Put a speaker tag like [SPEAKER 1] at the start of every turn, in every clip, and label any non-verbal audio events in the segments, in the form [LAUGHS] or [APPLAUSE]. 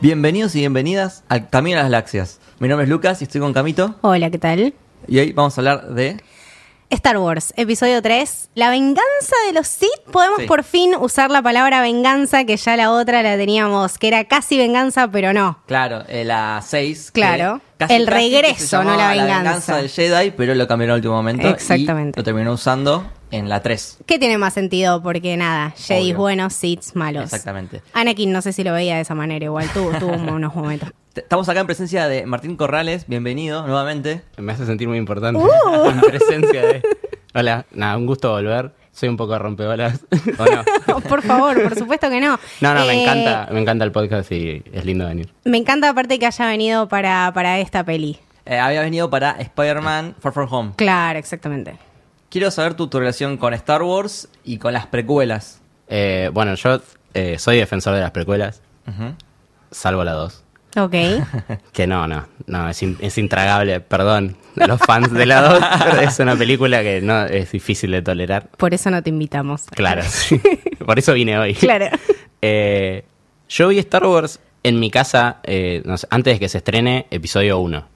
[SPEAKER 1] Bienvenidos y bienvenidas al Camino a las Galaxias. Mi nombre es Lucas y estoy con Camito.
[SPEAKER 2] Hola, ¿qué tal?
[SPEAKER 1] Y hoy vamos a hablar de.
[SPEAKER 2] Star Wars, episodio 3, la venganza de los Sith. Podemos
[SPEAKER 1] Sí.
[SPEAKER 2] por fin usar la palabra venganza, que ya la otra la teníamos, que era casi venganza, pero no.
[SPEAKER 1] Claro, eh, la 6. que
[SPEAKER 2] Claro,
[SPEAKER 1] casi-
[SPEAKER 2] el
[SPEAKER 1] casi que se
[SPEAKER 2] regreso, no
[SPEAKER 1] llamaba
[SPEAKER 2] la venganza.
[SPEAKER 1] venganza del Jedi, pero lo cambiaron al último momento. y
[SPEAKER 2] Exactamente.
[SPEAKER 1] lo terminó usando en la 3.
[SPEAKER 2] ¿Qué tiene más sentido? Porque nada, Jedi
[SPEAKER 1] Obvio.
[SPEAKER 2] buenos, Sith malos.
[SPEAKER 1] Exactamente.
[SPEAKER 2] Anakin no sé si lo veía de esa manera igual, tuvo, tuvo unos momentos. [LAUGHS]
[SPEAKER 1] T- Estamos acá en presencia de Martín Corrales. Bienvenido nuevamente.
[SPEAKER 3] Me hace sentir muy importante
[SPEAKER 2] Uh.
[SPEAKER 3] [LAUGHS] en presencia de... Hola, nada, un gusto volver. Soy un poco rompebolas. [LAUGHS] ¿O no?
[SPEAKER 2] por favor, por supuesto que no.
[SPEAKER 3] No, no, me
[SPEAKER 2] Eh,
[SPEAKER 3] encanta, me encanta el podcast y es lindo venir.
[SPEAKER 2] Me encanta aparte que haya venido para, para esta peli.
[SPEAKER 1] Eh, había venido para Spider-Man Far From Home.
[SPEAKER 2] Claro, exactamente.
[SPEAKER 1] Quiero saber tu, tu relación con Star Wars y con las precuelas.
[SPEAKER 3] Eh, bueno, yo eh, soy defensor de las precuelas,
[SPEAKER 1] Ujú.
[SPEAKER 3] salvo la 2. [LAUGHS]
[SPEAKER 2] Ok.
[SPEAKER 3] Que no, no, no, es, in- es intragable, perdón, los fans de la 2, pero es una película que no es difícil de tolerar.
[SPEAKER 2] Por eso no te invitamos. [LAUGHS]
[SPEAKER 3] Claro, sí. por eso vine hoy. [LAUGHS]
[SPEAKER 2] Claro.
[SPEAKER 3] Eh, yo vi Star Wars en mi casa eh, no sé, antes de que se estrene episodio 1.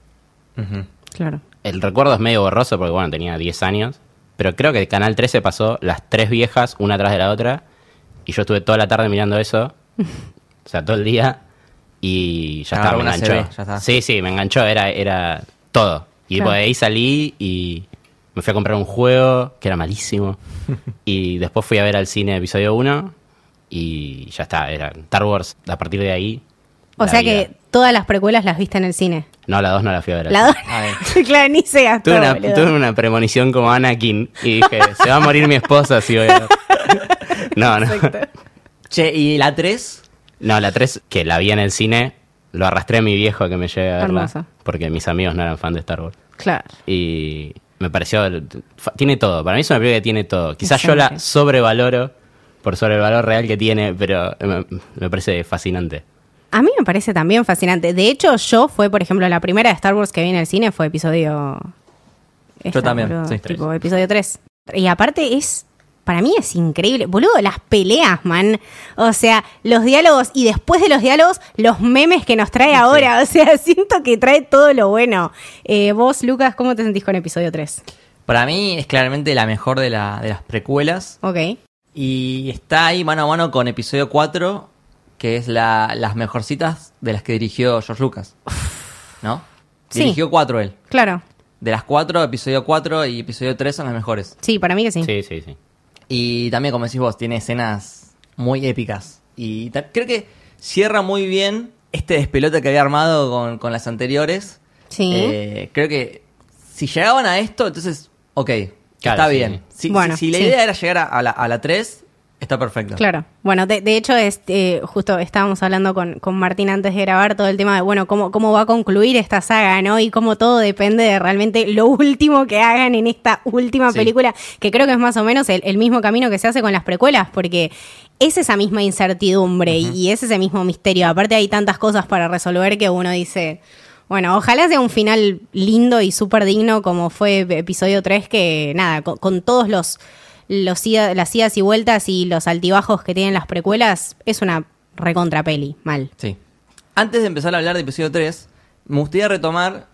[SPEAKER 1] Ujú.
[SPEAKER 2] Claro.
[SPEAKER 3] El recuerdo es medio borroso porque, bueno, tenía 10 años. Pero creo que el Canal 13 pasó las tres viejas, una atrás de la otra. Y yo estuve toda la tarde mirando eso. o sea, todo el día. Y
[SPEAKER 1] Te
[SPEAKER 3] ya está,
[SPEAKER 1] agarró
[SPEAKER 3] me
[SPEAKER 1] una
[SPEAKER 3] enganchó.
[SPEAKER 1] CB, ya está.
[SPEAKER 3] Sí, sí, me enganchó. Era, era todo. Y tipo,
[SPEAKER 2] Claro.
[SPEAKER 3] de ahí salí y me fui a comprar un juego que
[SPEAKER 1] [LAUGHS]
[SPEAKER 3] era malísimo. y después fui a ver al cine episodio 1. Y ya está, era Star Wars. A partir de ahí.
[SPEAKER 2] O
[SPEAKER 3] la
[SPEAKER 2] sea
[SPEAKER 3] vida.
[SPEAKER 2] que todas las precuelas las viste en el cine.
[SPEAKER 3] No, la 2 no la fui a ver. al
[SPEAKER 2] La
[SPEAKER 3] cine.
[SPEAKER 2] dos.
[SPEAKER 1] A ver.
[SPEAKER 2] [LAUGHS] claro, ni se gastó.
[SPEAKER 3] Tuve una,
[SPEAKER 2] boludo.
[SPEAKER 3] tuve una premonición como Anakin y dije, se va a morir mi esposa si voy a... ver". No, no. [LAUGHS]
[SPEAKER 1] Che, ¿y la 3?
[SPEAKER 3] No, la 3, que la vi en el cine, lo arrastré a mi viejo a que me lleve a verla.
[SPEAKER 2] Hermoso.
[SPEAKER 3] Porque mis amigos no eran fan de Star Wars.
[SPEAKER 2] Claro.
[SPEAKER 3] Y me pareció... fa- Tiene todo. Para mí es una película que tiene todo. Quizás yo la
[SPEAKER 2] Excelente.
[SPEAKER 3] sobrevaloro por sobre el valor real que tiene, pero me, me parece fascinante.
[SPEAKER 2] A mí me parece también fascinante. De hecho, yo fue, por ejemplo, la primera de Star Wars que vi en el cine fue episodio. esta,
[SPEAKER 1] también,
[SPEAKER 2] boludo,
[SPEAKER 1] sí.
[SPEAKER 2] tipo, episodio 3. Y aparte es. Para mí es increíble. Boludo, las peleas, man. O sea, los diálogos y después de los diálogos, los memes que nos trae ahora. [LAUGHS] O sea, siento que trae todo lo bueno. Eh, vos, Lucas, ¿cómo te sentís con episodio 3?
[SPEAKER 1] Para mí es claramente la mejor de, la- de las precuelas.
[SPEAKER 2] Ok.
[SPEAKER 1] Y está ahí mano a mano con episodio 4, que es la, las mejorcitas de las que dirigió George Lucas. ¿No?
[SPEAKER 2] Sí.
[SPEAKER 1] Dirigió 4 él.
[SPEAKER 2] Claro.
[SPEAKER 1] De las 4, episodio 4 y episodio 3 son las mejores.
[SPEAKER 2] Sí, para mí que
[SPEAKER 3] Sí, sí, sí.
[SPEAKER 1] Y también, como decís vos, tiene escenas muy épicas. Y ta- creo que cierra muy bien este despelote que había armado con, con las anteriores.
[SPEAKER 2] Sí.
[SPEAKER 1] Eh, creo que si llegaban a esto, entonces, ok,
[SPEAKER 3] Claro,
[SPEAKER 1] está
[SPEAKER 3] sí,
[SPEAKER 1] bien. Si,
[SPEAKER 2] Bueno,
[SPEAKER 1] si- si la
[SPEAKER 2] sí.
[SPEAKER 1] idea era llegar a, a la, a la 3, está perfecto.
[SPEAKER 2] Claro. Bueno, de, de hecho, este, justo estábamos hablando con, con Martín antes de grabar todo el tema de, bueno, cómo, cómo va a concluir esta saga, ¿no? Y cómo todo depende de realmente lo último que hagan en esta última
[SPEAKER 1] Sí.
[SPEAKER 2] película, que creo que es más o menos el, el mismo camino que se hace con las precuelas, porque es esa misma incertidumbre y es ese mismo misterio. Aparte hay tantas cosas para resolver que uno dice... Bueno, ojalá sea un final lindo y súper digno como fue episodio 3, que nada, con, con todos los, los ida- las idas y vueltas y los altibajos que tienen las precuelas, es una recontra peli, mal.
[SPEAKER 1] Sí. Antes de empezar a hablar de episodio 3, me gustaría retomar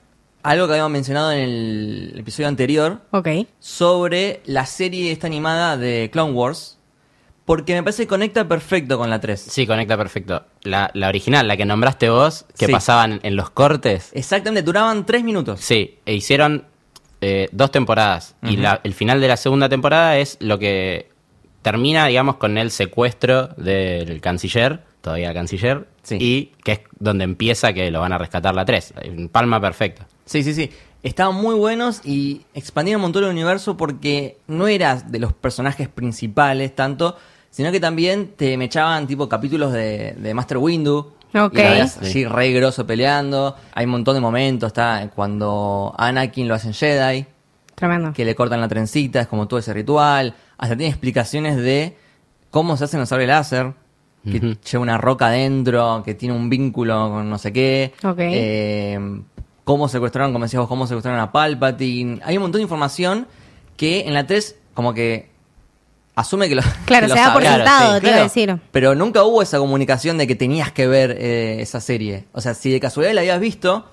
[SPEAKER 1] algo que habíamos mencionado en el episodio anterior
[SPEAKER 2] Ok.
[SPEAKER 1] sobre la serie esta animada de Clone Wars, porque me parece que conecta perfecto con la 3.
[SPEAKER 3] Sí, conecta perfecto. La, la original, la que nombraste vos, que
[SPEAKER 1] Sí.
[SPEAKER 3] pasaban en los cortes.
[SPEAKER 1] Exactamente, duraban 3 minutos.
[SPEAKER 3] Sí, e hicieron eh, dos temporadas. Y la- el final de la segunda temporada es lo que termina, digamos, con el secuestro del canciller, todavía canciller,
[SPEAKER 1] Sí.
[SPEAKER 3] y que es donde empieza que lo van a rescatar la 3. Palma perfecta.
[SPEAKER 1] Sí, sí, sí. Estaban muy buenos y expandieron un montón el universo porque no eras de los personajes principales tanto, sino que también te mechaban tipo capítulos de, de Master Windu.
[SPEAKER 2] Ok.
[SPEAKER 1] Y la veías
[SPEAKER 3] Sí.
[SPEAKER 1] allí re grosso peleando. Hay un montón de momentos, está cuando Anakin lo hacen Jedi,
[SPEAKER 2] Tremendo.
[SPEAKER 1] que le cortan la trencita, es como todo ese ritual. Hasta tiene explicaciones de cómo se hacen los sables láser. Que
[SPEAKER 3] Ujú.
[SPEAKER 1] lleva una roca adentro, que tiene un vínculo con no sé qué.
[SPEAKER 2] Ok.
[SPEAKER 1] Eh, cómo secuestraron, como decías vos, cómo secuestraron a Palpatine. Hay un montón de información que en la 3 como que asume que lo.
[SPEAKER 2] [LAUGHS] Claro,
[SPEAKER 1] que lo
[SPEAKER 2] se da por
[SPEAKER 1] sabe.
[SPEAKER 3] Claro,
[SPEAKER 2] sentado,
[SPEAKER 3] sí.
[SPEAKER 2] te iba a
[SPEAKER 1] Claro,
[SPEAKER 2] decir.
[SPEAKER 1] Pero nunca hubo esa comunicación de que tenías que ver eh, esa serie. O sea, si de casualidad la habías visto,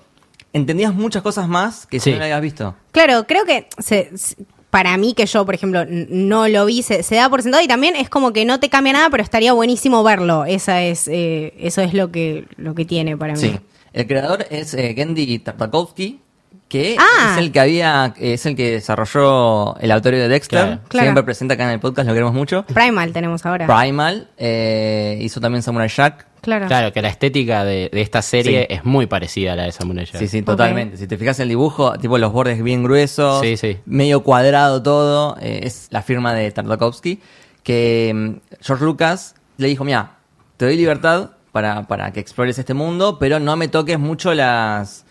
[SPEAKER 1] entendías muchas cosas más que si
[SPEAKER 3] Sí.
[SPEAKER 1] no la habías visto.
[SPEAKER 2] Claro, creo que se- se- para mí que yo, por ejemplo, n- no lo vi, se, se da por sentado y también es como que no te cambia nada, pero estaría buenísimo verlo. Esa es, eh, eso es lo que, lo que tiene para mí.
[SPEAKER 1] Sí. El creador es eh, Gendy Tartakovsky, que
[SPEAKER 2] Ah.
[SPEAKER 1] es el que había, es el que desarrolló el autorio de Dexter.
[SPEAKER 3] Claro.
[SPEAKER 2] Claro.
[SPEAKER 1] Siempre presenta acá en el podcast, lo queremos mucho.
[SPEAKER 2] Primal tenemos ahora.
[SPEAKER 1] Primal, eh, hizo también Samurai Jack.
[SPEAKER 2] Claro.
[SPEAKER 3] Claro, que la estética de, de esta serie
[SPEAKER 1] Sí.
[SPEAKER 3] es muy parecida a la de Samurai Jack.
[SPEAKER 1] Sí, sí,
[SPEAKER 2] Ok.
[SPEAKER 1] totalmente. Si te fijas en el dibujo, tipo los bordes bien gruesos,
[SPEAKER 3] Sí, sí.
[SPEAKER 1] medio cuadrado todo, eh, es la firma de Tartakovsky, que mm, George Lucas le dijo, mira, te doy libertad para, para que explores este mundo, pero no me toques mucho las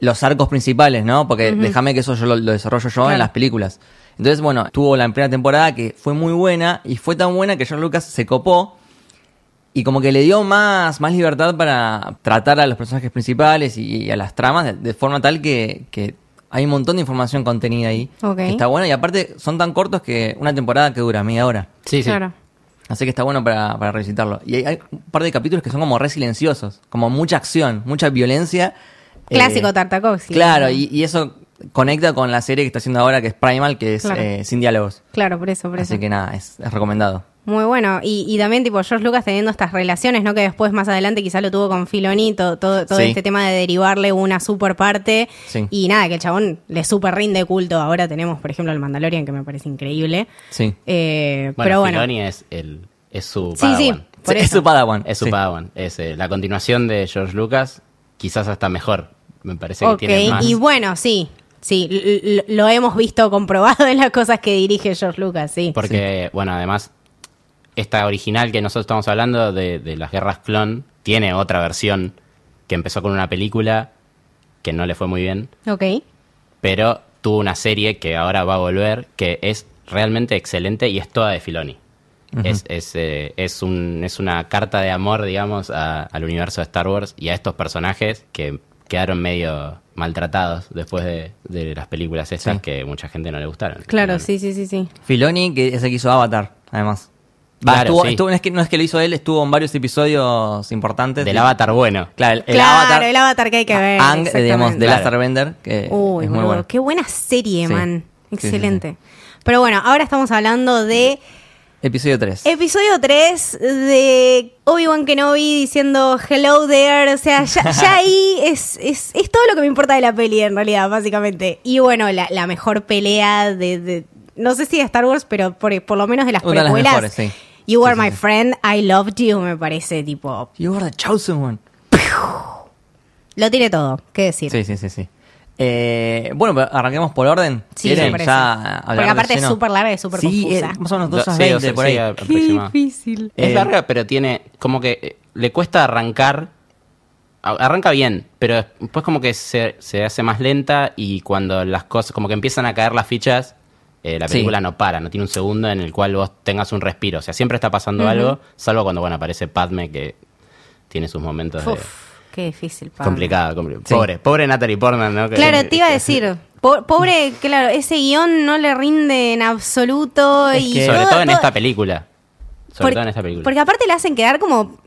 [SPEAKER 1] los arcos principales, ¿no? Porque déjame que eso yo lo, lo desarrollo yo
[SPEAKER 2] Claro.
[SPEAKER 1] en las películas. Entonces, bueno, tuvo la primera temporada que fue muy buena y fue tan buena que George Lucas se copó y como que le dio más, más libertad para tratar a los personajes principales y, y a las tramas de, de forma tal que, que hay un montón de información contenida ahí.
[SPEAKER 2] Ok.
[SPEAKER 1] que está buena y aparte son tan cortos que una temporada que dura media hora.
[SPEAKER 3] sí. sí.
[SPEAKER 2] Claro.
[SPEAKER 1] Así que está bueno para, para revisitarlo. Y hay, hay un par de capítulos que son como re silenciosos, como mucha acción, mucha violencia. eh,
[SPEAKER 2] Clásico Tartakovsky.
[SPEAKER 1] Claro, y, y eso conecta con la serie que está haciendo ahora que es Primal, que es
[SPEAKER 2] Claro.
[SPEAKER 1] eh, sin diálogos.
[SPEAKER 2] Claro, por eso, por eso.
[SPEAKER 1] Así que nada, es- es recomendado.
[SPEAKER 2] Muy bueno. Y, y también, tipo, George Lucas teniendo estas relaciones, ¿no? Que después, más adelante, quizá lo tuvo con Filoni, to- todo, todo
[SPEAKER 1] Sí.
[SPEAKER 2] este tema de derivarle una super parte.
[SPEAKER 1] Sí.
[SPEAKER 2] Y nada, que el chabón le super rinde culto. Ahora tenemos, por ejemplo, el Mandalorian, que me parece increíble.
[SPEAKER 1] Sí.
[SPEAKER 2] Eh,
[SPEAKER 3] Bueno,
[SPEAKER 2] pero bueno.
[SPEAKER 3] Filoni es, el, es su
[SPEAKER 2] Sí, sí.
[SPEAKER 3] Padawan.
[SPEAKER 2] Por
[SPEAKER 1] Sí, es
[SPEAKER 2] eso.
[SPEAKER 1] su Padawan.
[SPEAKER 3] Es su
[SPEAKER 1] sí.
[SPEAKER 3] Padawan. Es eh, la continuación de George Lucas, quizás hasta mejor. Me parece que
[SPEAKER 2] ok,
[SPEAKER 3] tiene más.
[SPEAKER 2] y bueno, sí. Sí, l- l- lo hemos visto comprobado en las cosas que dirige George Lucas, sí.
[SPEAKER 3] Porque, bueno, además, esta original que nosotros estamos hablando de, de las guerras clon tiene otra versión que empezó con una película que no le fue muy bien,
[SPEAKER 2] Ok.
[SPEAKER 3] pero tuvo una serie que ahora va a volver que es realmente excelente y es toda de Filoni. Es, es, eh, es un, es una carta de amor, digamos, a- al universo de Star Wars y a estos personajes que quedaron medio maltratados después de, de las películas estas
[SPEAKER 1] Sí.
[SPEAKER 3] que mucha gente no le gustaron.
[SPEAKER 2] Claro,
[SPEAKER 3] Bueno.
[SPEAKER 2] sí, sí, sí, sí.
[SPEAKER 1] Filoni, que es el que hizo Avatar, además. Va,
[SPEAKER 3] Claro,
[SPEAKER 1] estuvo-
[SPEAKER 3] sí.
[SPEAKER 1] estuvo- no, es que, no es que lo hizo él, estuvo en varios episodios importantes.
[SPEAKER 3] Del avatar bueno.
[SPEAKER 1] Claro, el, el
[SPEAKER 2] claro,
[SPEAKER 1] Avatar.
[SPEAKER 2] el avatar que hay que ver.
[SPEAKER 1] Ang, eh, digamos,
[SPEAKER 2] exactamente.
[SPEAKER 1] de
[SPEAKER 3] Claro.
[SPEAKER 1] Last Airbender, que
[SPEAKER 2] Uy,
[SPEAKER 1] es muy
[SPEAKER 2] boludo,
[SPEAKER 1] bueno.
[SPEAKER 2] qué buena serie,
[SPEAKER 1] Sí.
[SPEAKER 2] man.
[SPEAKER 1] Sí, sí, sí.
[SPEAKER 2] Excelente. Pero bueno, ahora estamos hablando de
[SPEAKER 1] Episodio 3.
[SPEAKER 2] episodio 3 de Obi-Wan Kenobi diciendo hello there. O sea,
[SPEAKER 1] [LAUGHS]
[SPEAKER 2] ya, ya ahí es, es, es todo lo que me importa de la peli, en realidad, básicamente. Y bueno, la, la mejor pelea de, de- No sé si de Star Wars, pero por, por lo menos de las
[SPEAKER 1] Una de las
[SPEAKER 2] precuelas.
[SPEAKER 1] mejores, sí.
[SPEAKER 2] You were
[SPEAKER 1] Sí, sí,
[SPEAKER 2] my
[SPEAKER 1] sí.
[SPEAKER 2] friend, I loved you, me parece, tipo.
[SPEAKER 1] You are the chosen one.
[SPEAKER 2] Lo tiene todo, qué decir.
[SPEAKER 1] Sí, sí, sí, sí. Eh, bueno, pero arranquemos por orden.
[SPEAKER 2] Sí,
[SPEAKER 1] ¿Quieren
[SPEAKER 2] me parece.
[SPEAKER 1] ya hablar
[SPEAKER 2] Porque
[SPEAKER 1] de
[SPEAKER 2] aparte es
[SPEAKER 1] lleno?
[SPEAKER 2] súper larga y súper
[SPEAKER 1] Sí,
[SPEAKER 2] confusa.
[SPEAKER 1] eh, más o menos
[SPEAKER 3] Do-
[SPEAKER 1] 2 horas
[SPEAKER 3] sí,
[SPEAKER 1] 20
[SPEAKER 3] o sea,
[SPEAKER 1] por
[SPEAKER 3] sí,
[SPEAKER 1] ahí.
[SPEAKER 3] a- aproximado.
[SPEAKER 2] difícil.
[SPEAKER 1] Eh,
[SPEAKER 3] Es larga, pero tiene como que eh, le cuesta arrancar. A- Arranca bien, pero después como que se, se hace más lenta y cuando las cosas, como que empiezan a caer las fichas, eh, la
[SPEAKER 1] Sí.
[SPEAKER 3] película no para, no tiene un segundo en el cual vos tengas un respiro. O sea, siempre está pasando algo, salvo cuando, bueno, aparece Padme que tiene sus momentos de...
[SPEAKER 2] Uf, qué difícil, Pablo.
[SPEAKER 3] Complicado, compli-
[SPEAKER 1] Sí.
[SPEAKER 3] Pobre, pobre Natalie Portman, ¿no? Que-
[SPEAKER 1] Eh,
[SPEAKER 2] Claro, te iba a decir. po- Pobre, claro, ese guión no le rinde en absoluto.
[SPEAKER 1] Es
[SPEAKER 2] y
[SPEAKER 1] que-
[SPEAKER 3] Sobre todo en esta
[SPEAKER 2] película.
[SPEAKER 3] película. Sobre todo en esta película.
[SPEAKER 2] Porque aparte la hacen quedar como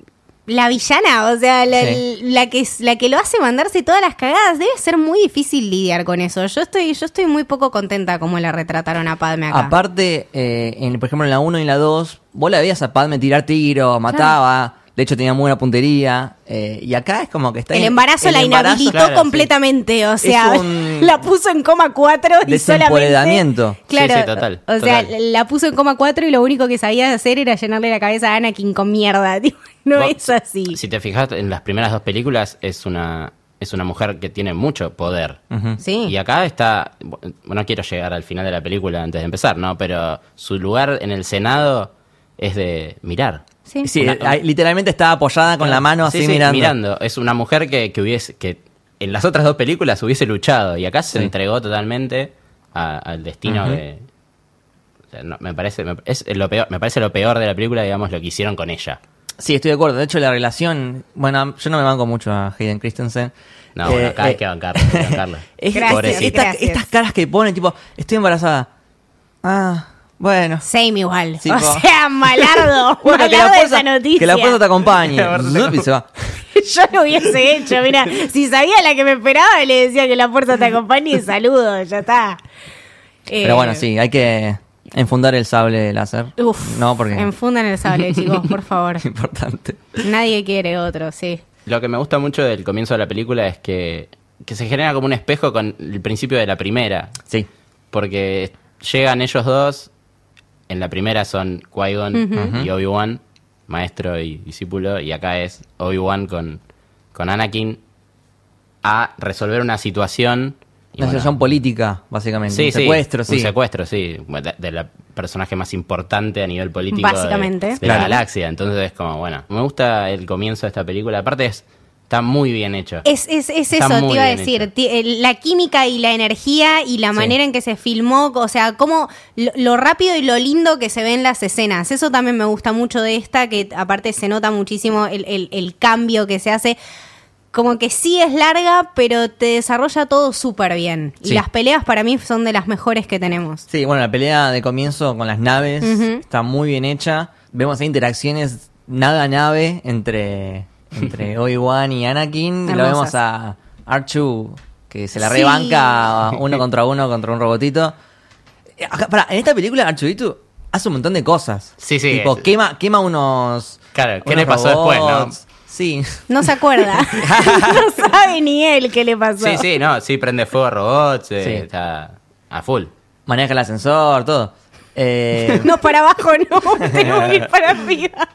[SPEAKER 2] la villana, o sea, la,
[SPEAKER 1] Sí.
[SPEAKER 2] la que, la que lo hace mandarse todas las cagadas. Debe ser muy difícil lidiar con eso. Yo estoy, yo estoy muy poco contenta como la retrataron a Padme acá.
[SPEAKER 1] Aparte, eh, en, por ejemplo, en la 1 y en la 2, vos la veías a Padme tirar tiros, mataba, de hecho tenía muy buena puntería, eh, y acá es como que está...
[SPEAKER 2] el
[SPEAKER 1] en-
[SPEAKER 2] embarazo
[SPEAKER 1] el
[SPEAKER 2] la
[SPEAKER 1] embarazo,
[SPEAKER 2] inhabilitó
[SPEAKER 1] claro, sí.
[SPEAKER 2] completamente, o sea,
[SPEAKER 1] un-
[SPEAKER 2] [LAUGHS] la puso en coma 4 y [LAUGHS]
[SPEAKER 1] Desempoderamiento.
[SPEAKER 2] solamente... Claro,
[SPEAKER 3] Sí, sí, total,
[SPEAKER 2] o sea,
[SPEAKER 3] total.
[SPEAKER 2] la puso en coma 4 y lo único que sabía hacer era llenarle la cabeza a Anakin con mierda, [LAUGHS] tipo, no
[SPEAKER 3] Vos-
[SPEAKER 2] es así.
[SPEAKER 3] Si te fijas, en las primeras dos películas es una, es una mujer que tiene mucho poder.
[SPEAKER 1] Ujú.
[SPEAKER 2] Sí.
[SPEAKER 3] Y acá está, bueno, no quiero llegar al final de la película antes de empezar, ¿no? Pero su lugar en el Senado es de mirar.
[SPEAKER 2] Sí.
[SPEAKER 1] Sí, eh, ahí literalmente estaba apoyada con la mano
[SPEAKER 3] Sí,
[SPEAKER 1] así
[SPEAKER 3] sí,
[SPEAKER 1] mirando.
[SPEAKER 3] Es una mujer que, que hubiese, que en las otras dos películas hubiese luchado y acá se
[SPEAKER 1] Sí.
[SPEAKER 3] entregó totalmente a- al destino de... o sea, no, me parece, me- es lo peor, me parece lo peor de la película, digamos, lo que hicieron con ella.
[SPEAKER 1] Sí, estoy de acuerdo. De hecho, la relación... Bueno, yo no me banco mucho a Hayden Christensen. Eh,
[SPEAKER 3] No, bueno, acá hay que bancarla, hay que bancarla.
[SPEAKER 1] [LAUGHS] Es- este,
[SPEAKER 2] Gracias,
[SPEAKER 1] estas-
[SPEAKER 2] gracias.
[SPEAKER 1] estas caras que pone, tipo, estoy embarazada. Ah, Bueno.
[SPEAKER 2] [LAUGHS] Same igual.
[SPEAKER 1] Sí,
[SPEAKER 2] o
[SPEAKER 1] po. [LAUGHS]
[SPEAKER 2] sea, malardo.
[SPEAKER 1] Bueno, que la,
[SPEAKER 2] malardo
[SPEAKER 1] fuerza,
[SPEAKER 2] esa noticia.
[SPEAKER 1] que la fuerza te acompañe.
[SPEAKER 3] [LAUGHS] La verdad.
[SPEAKER 1] Zup, y se va.
[SPEAKER 2] [LAUGHS] Yo lo hubiese
[SPEAKER 1] [LAUGHS]
[SPEAKER 2] hecho, mira, si sabía la que me esperaba, le decía que la fuerza te acompañe y saludo, ya está. Eh,
[SPEAKER 1] Pero bueno, sí, hay que enfundar el sable láser.
[SPEAKER 2] Uf,
[SPEAKER 1] No, porque [LAUGHS] es
[SPEAKER 2] Enfundan el sable, chicos,
[SPEAKER 1] [LAUGHS]
[SPEAKER 2] por favor.
[SPEAKER 1] importante.
[SPEAKER 2] Nadie quiere otro, sí.
[SPEAKER 3] Lo que me gusta mucho del comienzo de la película es que, que se genera como un espejo con el principio de la primera.
[SPEAKER 1] Sí.
[SPEAKER 3] Porque llegan ellos dos. En la primera son Qui-Gon y Obi-Wan, maestro y discípulo. Y acá es Obi-Wan con, con Anakin a resolver una situación. y
[SPEAKER 1] Una
[SPEAKER 3] bueno,
[SPEAKER 1] situación política, básicamente.
[SPEAKER 3] sí,
[SPEAKER 1] un
[SPEAKER 3] sí,
[SPEAKER 1] secuestro, sí.
[SPEAKER 3] Un secuestro, sí. De, de la personaje más importante a nivel político de-
[SPEAKER 2] Básicamente.
[SPEAKER 3] de,
[SPEAKER 1] Claro.
[SPEAKER 3] la galaxia. Entonces es como, bueno, me gusta el comienzo de esta película. Aparte es, está muy bien hecho.
[SPEAKER 2] Es, es, es
[SPEAKER 3] Está
[SPEAKER 2] eso, te
[SPEAKER 3] muy
[SPEAKER 2] iba a
[SPEAKER 3] bien
[SPEAKER 2] decir.
[SPEAKER 3] hecho.
[SPEAKER 2] Ti- eh, La química y la energía y la
[SPEAKER 3] Sí.
[SPEAKER 2] manera en que se filmó, o sea, cómo lo, lo rápido y lo lindo que se ven las escenas. Eso también me gusta mucho de esta, que aparte se nota muchísimo el, el- el cambio que se hace. Como que sí es larga, pero te desarrolla todo súper bien. Y
[SPEAKER 1] Sí.
[SPEAKER 2] las peleas para mí son de las mejores que tenemos.
[SPEAKER 1] Sí, bueno, la pelea de comienzo con las naves
[SPEAKER 2] Ujú.
[SPEAKER 1] está muy bien hecha. Vemos ahí interacciones nada nave
[SPEAKER 2] [LAUGHS]
[SPEAKER 1] entre, entre Obi-Wan y Anakin. Lo
[SPEAKER 2] Hermosas.
[SPEAKER 1] vemos a Archu que se la
[SPEAKER 2] Sí.
[SPEAKER 1] rebanca uno contra uno contra un robotito. Eh, Acá, pará, en esta película Archudito hace un montón de cosas.
[SPEAKER 3] Sí, sí,
[SPEAKER 1] Tipo,
[SPEAKER 3] es-
[SPEAKER 1] quema, quema unos.
[SPEAKER 3] Claro, ¿qué
[SPEAKER 1] unos
[SPEAKER 3] le pasó después, no?
[SPEAKER 1] robots. Sí. [LAUGHS]
[SPEAKER 2] No se acuerda. [LAUGHS] no sabe ni él qué le pasó.
[SPEAKER 3] Sí, sí, no, sí, prende fuego robots, eh,
[SPEAKER 1] Sí.
[SPEAKER 3] está a full.
[SPEAKER 1] Maneja el ascensor, todo.
[SPEAKER 3] [LAUGHS]
[SPEAKER 1] Eh,
[SPEAKER 2] No, para abajo no, [LAUGHS] tengo que ir para arriba.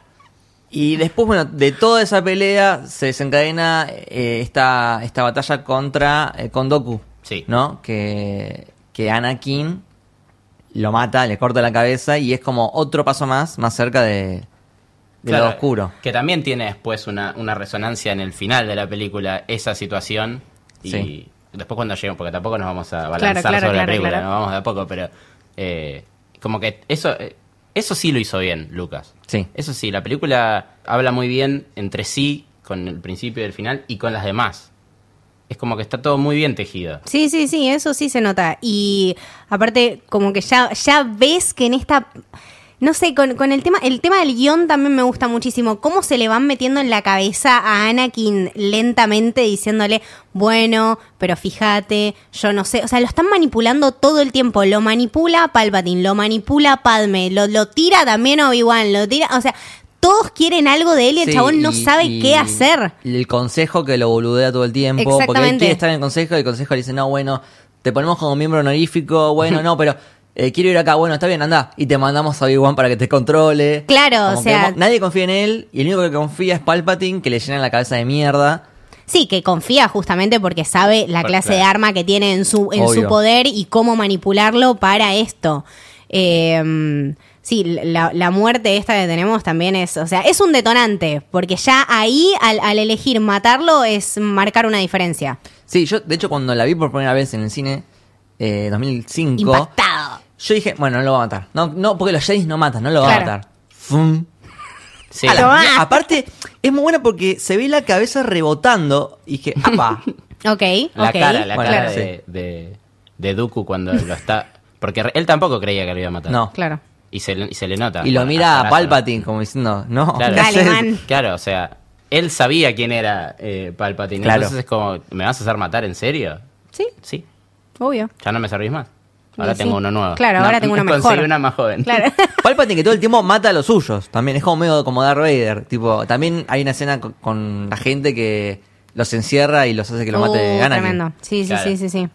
[SPEAKER 1] Y después, bueno, de toda esa pelea se desencadena eh, esta, esta batalla contra eh, Kondoku.
[SPEAKER 3] Sí.
[SPEAKER 1] ¿No? Que, que Anakin lo mata, le corta la cabeza y es como otro paso más, más cerca de, de
[SPEAKER 3] Claro,
[SPEAKER 1] lo oscuro.
[SPEAKER 3] Que también tiene después una, una resonancia en el final de la película, esa situación. Y
[SPEAKER 1] Sí.
[SPEAKER 3] después cuando lleguemos, porque tampoco nos vamos a
[SPEAKER 2] claro,
[SPEAKER 3] balanzar sobre la
[SPEAKER 2] claro,
[SPEAKER 3] película,
[SPEAKER 2] claro.
[SPEAKER 3] ¿no? vamos de a poco, pero eh, como que eso, eh, eso sí lo hizo bien, Lucas.
[SPEAKER 1] Sí.
[SPEAKER 3] Eso sí, la película habla muy bien entre sí, con el principio y el final, y con las demás. Es como que está todo muy bien tejido.
[SPEAKER 2] Sí, sí, sí, eso sí se nota. Y aparte, como que ya, ya ves que en esta. No sé, con, con el tema, el tema del guión también me gusta muchísimo. Cómo se le van metiendo en la cabeza a Anakin lentamente diciéndole, bueno, pero fíjate, yo no sé. O sea, lo están manipulando todo el tiempo. Lo manipula Palpatine, lo manipula Padme, lo, lo tira también Obi-Wan, lo tira. O sea, todos quieren algo de él y el
[SPEAKER 1] Sí,
[SPEAKER 2] chabón no
[SPEAKER 1] y-
[SPEAKER 2] sabe
[SPEAKER 1] y
[SPEAKER 2] qué hacer.
[SPEAKER 1] El consejo que lo boludea todo el tiempo. Porque él
[SPEAKER 2] Exactamente.
[SPEAKER 1] quiere estar en el consejo y el consejo le dice, no, bueno, te ponemos como miembro honorífico, bueno, no, pero eh, quiero ir acá, bueno, está bien, anda. Y te mandamos a Obi-Wan para que te controle.
[SPEAKER 2] Claro,
[SPEAKER 1] Como
[SPEAKER 2] o
[SPEAKER 1] que
[SPEAKER 2] sea-
[SPEAKER 1] mo- nadie confía en él y el único que confía es Palpatine, que le llena la cabeza de mierda.
[SPEAKER 2] Sí, que confía justamente porque sabe la
[SPEAKER 3] Por-
[SPEAKER 2] clase de
[SPEAKER 3] Ah, claro.
[SPEAKER 2] arma que tiene en su, en su
[SPEAKER 1] Obvio.
[SPEAKER 2] poder y cómo manipularlo para esto. Eh, sí, la, la muerte esta que tenemos también es, o sea, es un detonante, porque ya ahí al, al elegir matarlo es marcar una diferencia.
[SPEAKER 1] Sí, yo, de hecho, cuando la vi por primera vez en el cine, eh, 2005,
[SPEAKER 2] Impactado.
[SPEAKER 1] yo dije, bueno, no lo va a matar. No, no porque los Jedi no matan, no lo va
[SPEAKER 2] Claro.
[SPEAKER 1] a matar. Fum.
[SPEAKER 3] Sí.
[SPEAKER 1] A la
[SPEAKER 2] Tomá.
[SPEAKER 1] mierda. Aparte, es muy buena porque se ve la cabeza rebotando y
[SPEAKER 3] [LAUGHS]
[SPEAKER 1] dije, ¡apa!
[SPEAKER 2] Ok,
[SPEAKER 3] La
[SPEAKER 2] ok.
[SPEAKER 3] cara, la
[SPEAKER 1] Bueno,
[SPEAKER 3] cara
[SPEAKER 1] claro.
[SPEAKER 3] de, de, de Dooku cuando lo está. Porque re- él tampoco creía que lo iba a matar.
[SPEAKER 1] No.
[SPEAKER 2] Claro.
[SPEAKER 3] Y se, le- y se le nota.
[SPEAKER 1] Y lo
[SPEAKER 3] Bueno,
[SPEAKER 1] mira a
[SPEAKER 3] hasta ahora,
[SPEAKER 1] Palpatine como diciendo, no,
[SPEAKER 3] Claro.
[SPEAKER 1] ¿qué
[SPEAKER 2] Dale,
[SPEAKER 1] haces?
[SPEAKER 2] man.
[SPEAKER 3] Claro, o sea, él sabía quién era eh, Palpatine.
[SPEAKER 1] Claro.
[SPEAKER 3] Entonces es como, ¿me vas a hacer matar en serio?
[SPEAKER 2] Sí,
[SPEAKER 3] Sí, [LAUGHS]
[SPEAKER 2] obvio.
[SPEAKER 3] ya no me servís más. Ahora
[SPEAKER 2] Y
[SPEAKER 3] tengo
[SPEAKER 2] sí.
[SPEAKER 3] uno nuevo.
[SPEAKER 2] Claro,
[SPEAKER 3] No,
[SPEAKER 2] ahora tengo uno mejor.
[SPEAKER 3] Conseguí una más joven.
[SPEAKER 2] Claro.
[SPEAKER 1] [LAUGHS] Palpatine que todo el tiempo mata a los suyos, también es como medio como Darth Vader, tipo, también hay una escena con, con la gente que los encierra y los hace que lo mate
[SPEAKER 2] Uh,
[SPEAKER 1] Anakin.
[SPEAKER 2] Tremendo. Sí, sí,
[SPEAKER 3] Claro.
[SPEAKER 2] sí, sí, sí.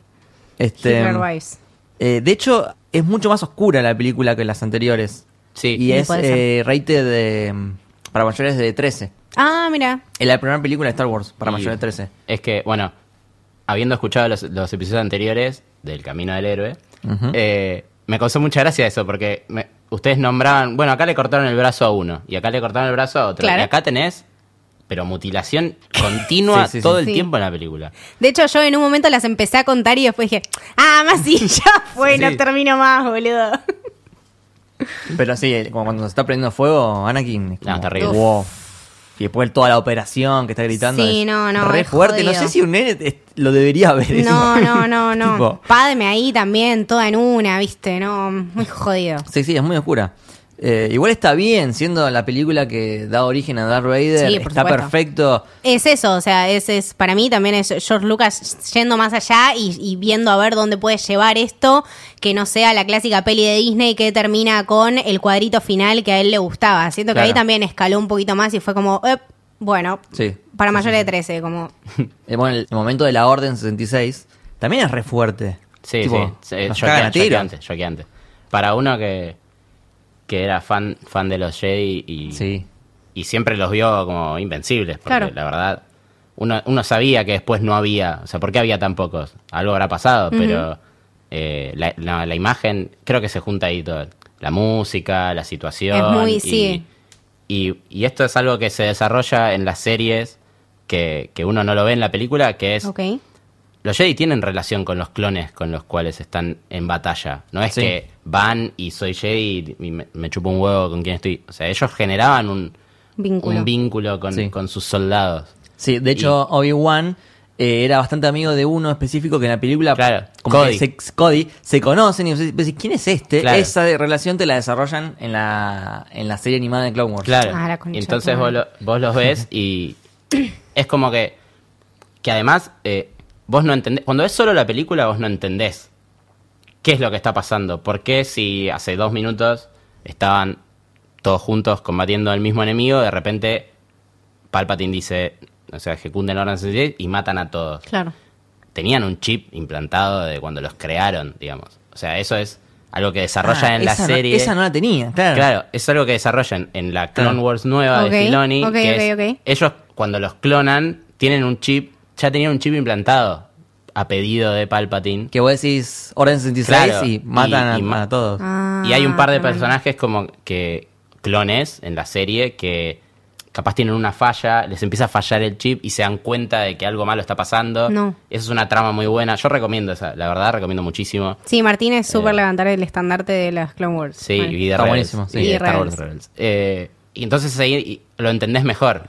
[SPEAKER 1] Este,
[SPEAKER 2] Hitler Wives.
[SPEAKER 1] eh, de hecho, es mucho más oscura la película que las anteriores.
[SPEAKER 3] Sí.
[SPEAKER 1] Y
[SPEAKER 2] Sí,
[SPEAKER 1] es
[SPEAKER 2] puede ser.
[SPEAKER 1] eh, rated de, mm, para mayores de 13.
[SPEAKER 2] Ah, mira.
[SPEAKER 1] Es la primera película de Star Wars para
[SPEAKER 3] Y
[SPEAKER 1] mayores de 13.
[SPEAKER 3] Es que, bueno, habiendo escuchado los, los episodios anteriores del Camino del Héroe,
[SPEAKER 1] Ujú.
[SPEAKER 3] eh, me causó mucha gracia eso, porque me- ustedes nombraban, bueno, acá le cortaron el brazo a uno, y acá le cortaron el brazo a otro,
[SPEAKER 2] Claro.
[SPEAKER 3] y acá tenés, pero mutilación continua
[SPEAKER 1] [LAUGHS] Sí, sí, sí.
[SPEAKER 3] todo el
[SPEAKER 2] Sí.
[SPEAKER 3] tiempo en la película.
[SPEAKER 2] De hecho, yo en un momento las empecé a contar y después dije, ah, más sí, [LAUGHS] ya fue,
[SPEAKER 3] Sí,
[SPEAKER 2] no
[SPEAKER 3] sí.
[SPEAKER 2] termino más, boludo.
[SPEAKER 1] Pero sí, eh, como cuando se está prendiendo fuego, Anakin. es
[SPEAKER 3] No,
[SPEAKER 1] como,
[SPEAKER 3] terrible.
[SPEAKER 1] wow. Y después toda la operación que está gritando.
[SPEAKER 2] Sí,
[SPEAKER 1] es
[SPEAKER 2] no, no,
[SPEAKER 1] Re
[SPEAKER 2] es
[SPEAKER 1] fuerte. No
[SPEAKER 2] jodido.
[SPEAKER 1] sé si un nene es- lo debería ver. eso.
[SPEAKER 2] No, no, no,
[SPEAKER 1] [LAUGHS]
[SPEAKER 2] no.
[SPEAKER 1] Tipo,
[SPEAKER 2] Pádeme ahí también, toda en una, viste, no, muy jodido.
[SPEAKER 1] sí, sí, es muy oscura. Eh, igual está bien, siendo la película que da origen a Darth Vader.
[SPEAKER 2] Sí, por
[SPEAKER 1] está
[SPEAKER 2] supuesto.
[SPEAKER 1] perfecto.
[SPEAKER 2] Es eso, o sea, es, es para mí también es George Lucas yendo más allá y, y viendo a ver dónde puede llevar esto, que no sea la clásica peli de Disney que termina con el cuadrito final que a él le gustaba. Siento que
[SPEAKER 3] Claro.
[SPEAKER 2] ahí también escaló un poquito más y fue como, "Ep, bueno,
[SPEAKER 1] Sí.
[SPEAKER 2] para mayores de 13, como,
[SPEAKER 1] Eh, bueno, el momento de la Orden 66 también es re fuerte.
[SPEAKER 3] Sí,
[SPEAKER 1] Tipo,
[SPEAKER 3] sí. Eh, sí,
[SPEAKER 1] nos
[SPEAKER 3] shockean-
[SPEAKER 1] cagan a tiros.
[SPEAKER 3] shockeante, shockeante. Para uno que, que era fan, fan de los Jedi y,
[SPEAKER 1] Sí.
[SPEAKER 3] y siempre los vio como invencibles, porque
[SPEAKER 2] Claro.
[SPEAKER 3] la verdad, uno, uno sabía que después no había, o sea, ¿por qué había tan pocos? Algo habrá pasado, pero eh, la, la- la imagen, creo que se junta ahí todo. La música, la situación.
[SPEAKER 2] Es muy-
[SPEAKER 3] y,
[SPEAKER 2] sí.
[SPEAKER 3] y, y esto es algo que se desarrolla en las series que, que uno no lo ve en la película, que es
[SPEAKER 2] ok.
[SPEAKER 3] los Jedi tienen relación con los clones con los cuales están en batalla. No es
[SPEAKER 1] Sí.
[SPEAKER 3] que van y soy Jedi y me, me chupo un huevo con quien estoy. O sea, ellos generaban un
[SPEAKER 2] Vínculo.
[SPEAKER 3] un vínculo con,
[SPEAKER 1] Sí.
[SPEAKER 3] con sus soldados.
[SPEAKER 1] Sí, de hecho, Obi-Wan eh, era bastante amigo de uno específico que en la película,
[SPEAKER 3] Claro,
[SPEAKER 1] como
[SPEAKER 3] Cody.
[SPEAKER 1] que se, Cody, se conocen y vos decís, ¿quién es este?
[SPEAKER 3] Claro.
[SPEAKER 1] Esa de- relación te la desarrollan en la, en la serie animada de Clone Wars.
[SPEAKER 3] Claro.
[SPEAKER 2] Ah, la concha de tu
[SPEAKER 3] Entonces vos,
[SPEAKER 2] madre.
[SPEAKER 3] lo- vos los ves
[SPEAKER 2] [COUGHS]
[SPEAKER 3] y es como que, que además eh, vos no entendés, cuando ves solo la película vos no entendés qué es lo que está pasando, por qué si hace dos minutos estaban todos juntos combatiendo al mismo enemigo, de repente Palpatine dice, o sea, ejecuten la orden 66 y matan a todos
[SPEAKER 2] Claro.
[SPEAKER 3] tenían un chip implantado de cuando los crearon, digamos. O sea, eso es algo que desarrollan
[SPEAKER 1] Ah,
[SPEAKER 3] en la
[SPEAKER 1] esa no-
[SPEAKER 3] serie.
[SPEAKER 1] esa no la tenía, claro.
[SPEAKER 3] Claro, es algo que desarrollan en la Clone
[SPEAKER 1] Claro.
[SPEAKER 3] Wars nueva
[SPEAKER 2] Ok,
[SPEAKER 3] de Filoni.
[SPEAKER 2] ok,
[SPEAKER 3] que
[SPEAKER 2] ok,
[SPEAKER 3] es-
[SPEAKER 2] ok.
[SPEAKER 3] Ellos, cuando los clonan, tienen un chip, ya tenían un chip implantado a pedido de Palpatine.
[SPEAKER 1] Que vos decís Orden 66
[SPEAKER 3] Claro,
[SPEAKER 1] y matan
[SPEAKER 3] y- y
[SPEAKER 1] a,
[SPEAKER 3] ma-
[SPEAKER 1] a todos.
[SPEAKER 2] Ah,
[SPEAKER 3] y hay un par de
[SPEAKER 2] tremendo.
[SPEAKER 3] personajes como que clones en la serie que capaz tienen una falla, les empieza a fallar el chip y se dan cuenta de que algo malo está pasando.
[SPEAKER 2] No.
[SPEAKER 3] Esa es una trama muy buena. Yo recomiendo esa, la verdad, recomiendo muchísimo.
[SPEAKER 2] Sí, Martín es súper
[SPEAKER 3] Eh.
[SPEAKER 2] levantar el estandarte de las Clone Wars.
[SPEAKER 3] Sí,
[SPEAKER 2] Vale.
[SPEAKER 3] y de
[SPEAKER 1] Está
[SPEAKER 3] Rebels,
[SPEAKER 1] buenísimo, sí.
[SPEAKER 3] y de
[SPEAKER 2] Y
[SPEAKER 3] Star
[SPEAKER 2] Rebels.
[SPEAKER 3] Wars Rebels. Eh, y entonces ahí y- lo entendés mejor.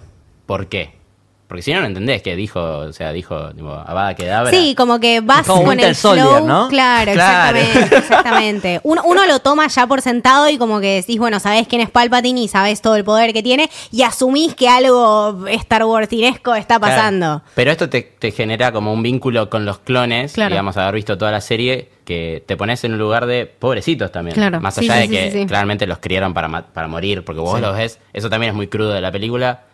[SPEAKER 3] ¿Por qué? Porque si no, no entendés que dijo, o sea, dijo, tipo, Abada Kedavra.
[SPEAKER 2] Sí, como que vas
[SPEAKER 1] Como
[SPEAKER 2] con
[SPEAKER 1] Winter
[SPEAKER 2] el
[SPEAKER 1] Soldier,
[SPEAKER 2] flow,
[SPEAKER 1] ¿no?
[SPEAKER 2] Claro,
[SPEAKER 3] Claro.
[SPEAKER 2] exactamente, exactamente. Uno, uno lo toma ya por sentado y como que decís, bueno, sabés quién es Palpatine y sabés todo el poder que tiene y asumís que algo Star Warsinesco está
[SPEAKER 3] Claro.
[SPEAKER 2] pasando.
[SPEAKER 3] Pero esto te, te genera como un vínculo con los clones,
[SPEAKER 2] Claro.
[SPEAKER 3] digamos, haber visto toda la serie, que te pones en un lugar de pobrecitos también.
[SPEAKER 2] Claro,
[SPEAKER 3] Más
[SPEAKER 2] sí,
[SPEAKER 3] allá
[SPEAKER 2] sí,
[SPEAKER 3] de
[SPEAKER 2] sí,
[SPEAKER 3] que
[SPEAKER 2] sí, sí.
[SPEAKER 3] claramente los criaron para, ma- para morir, porque vos
[SPEAKER 1] Sí.
[SPEAKER 3] los ves, eso también es muy crudo de la película,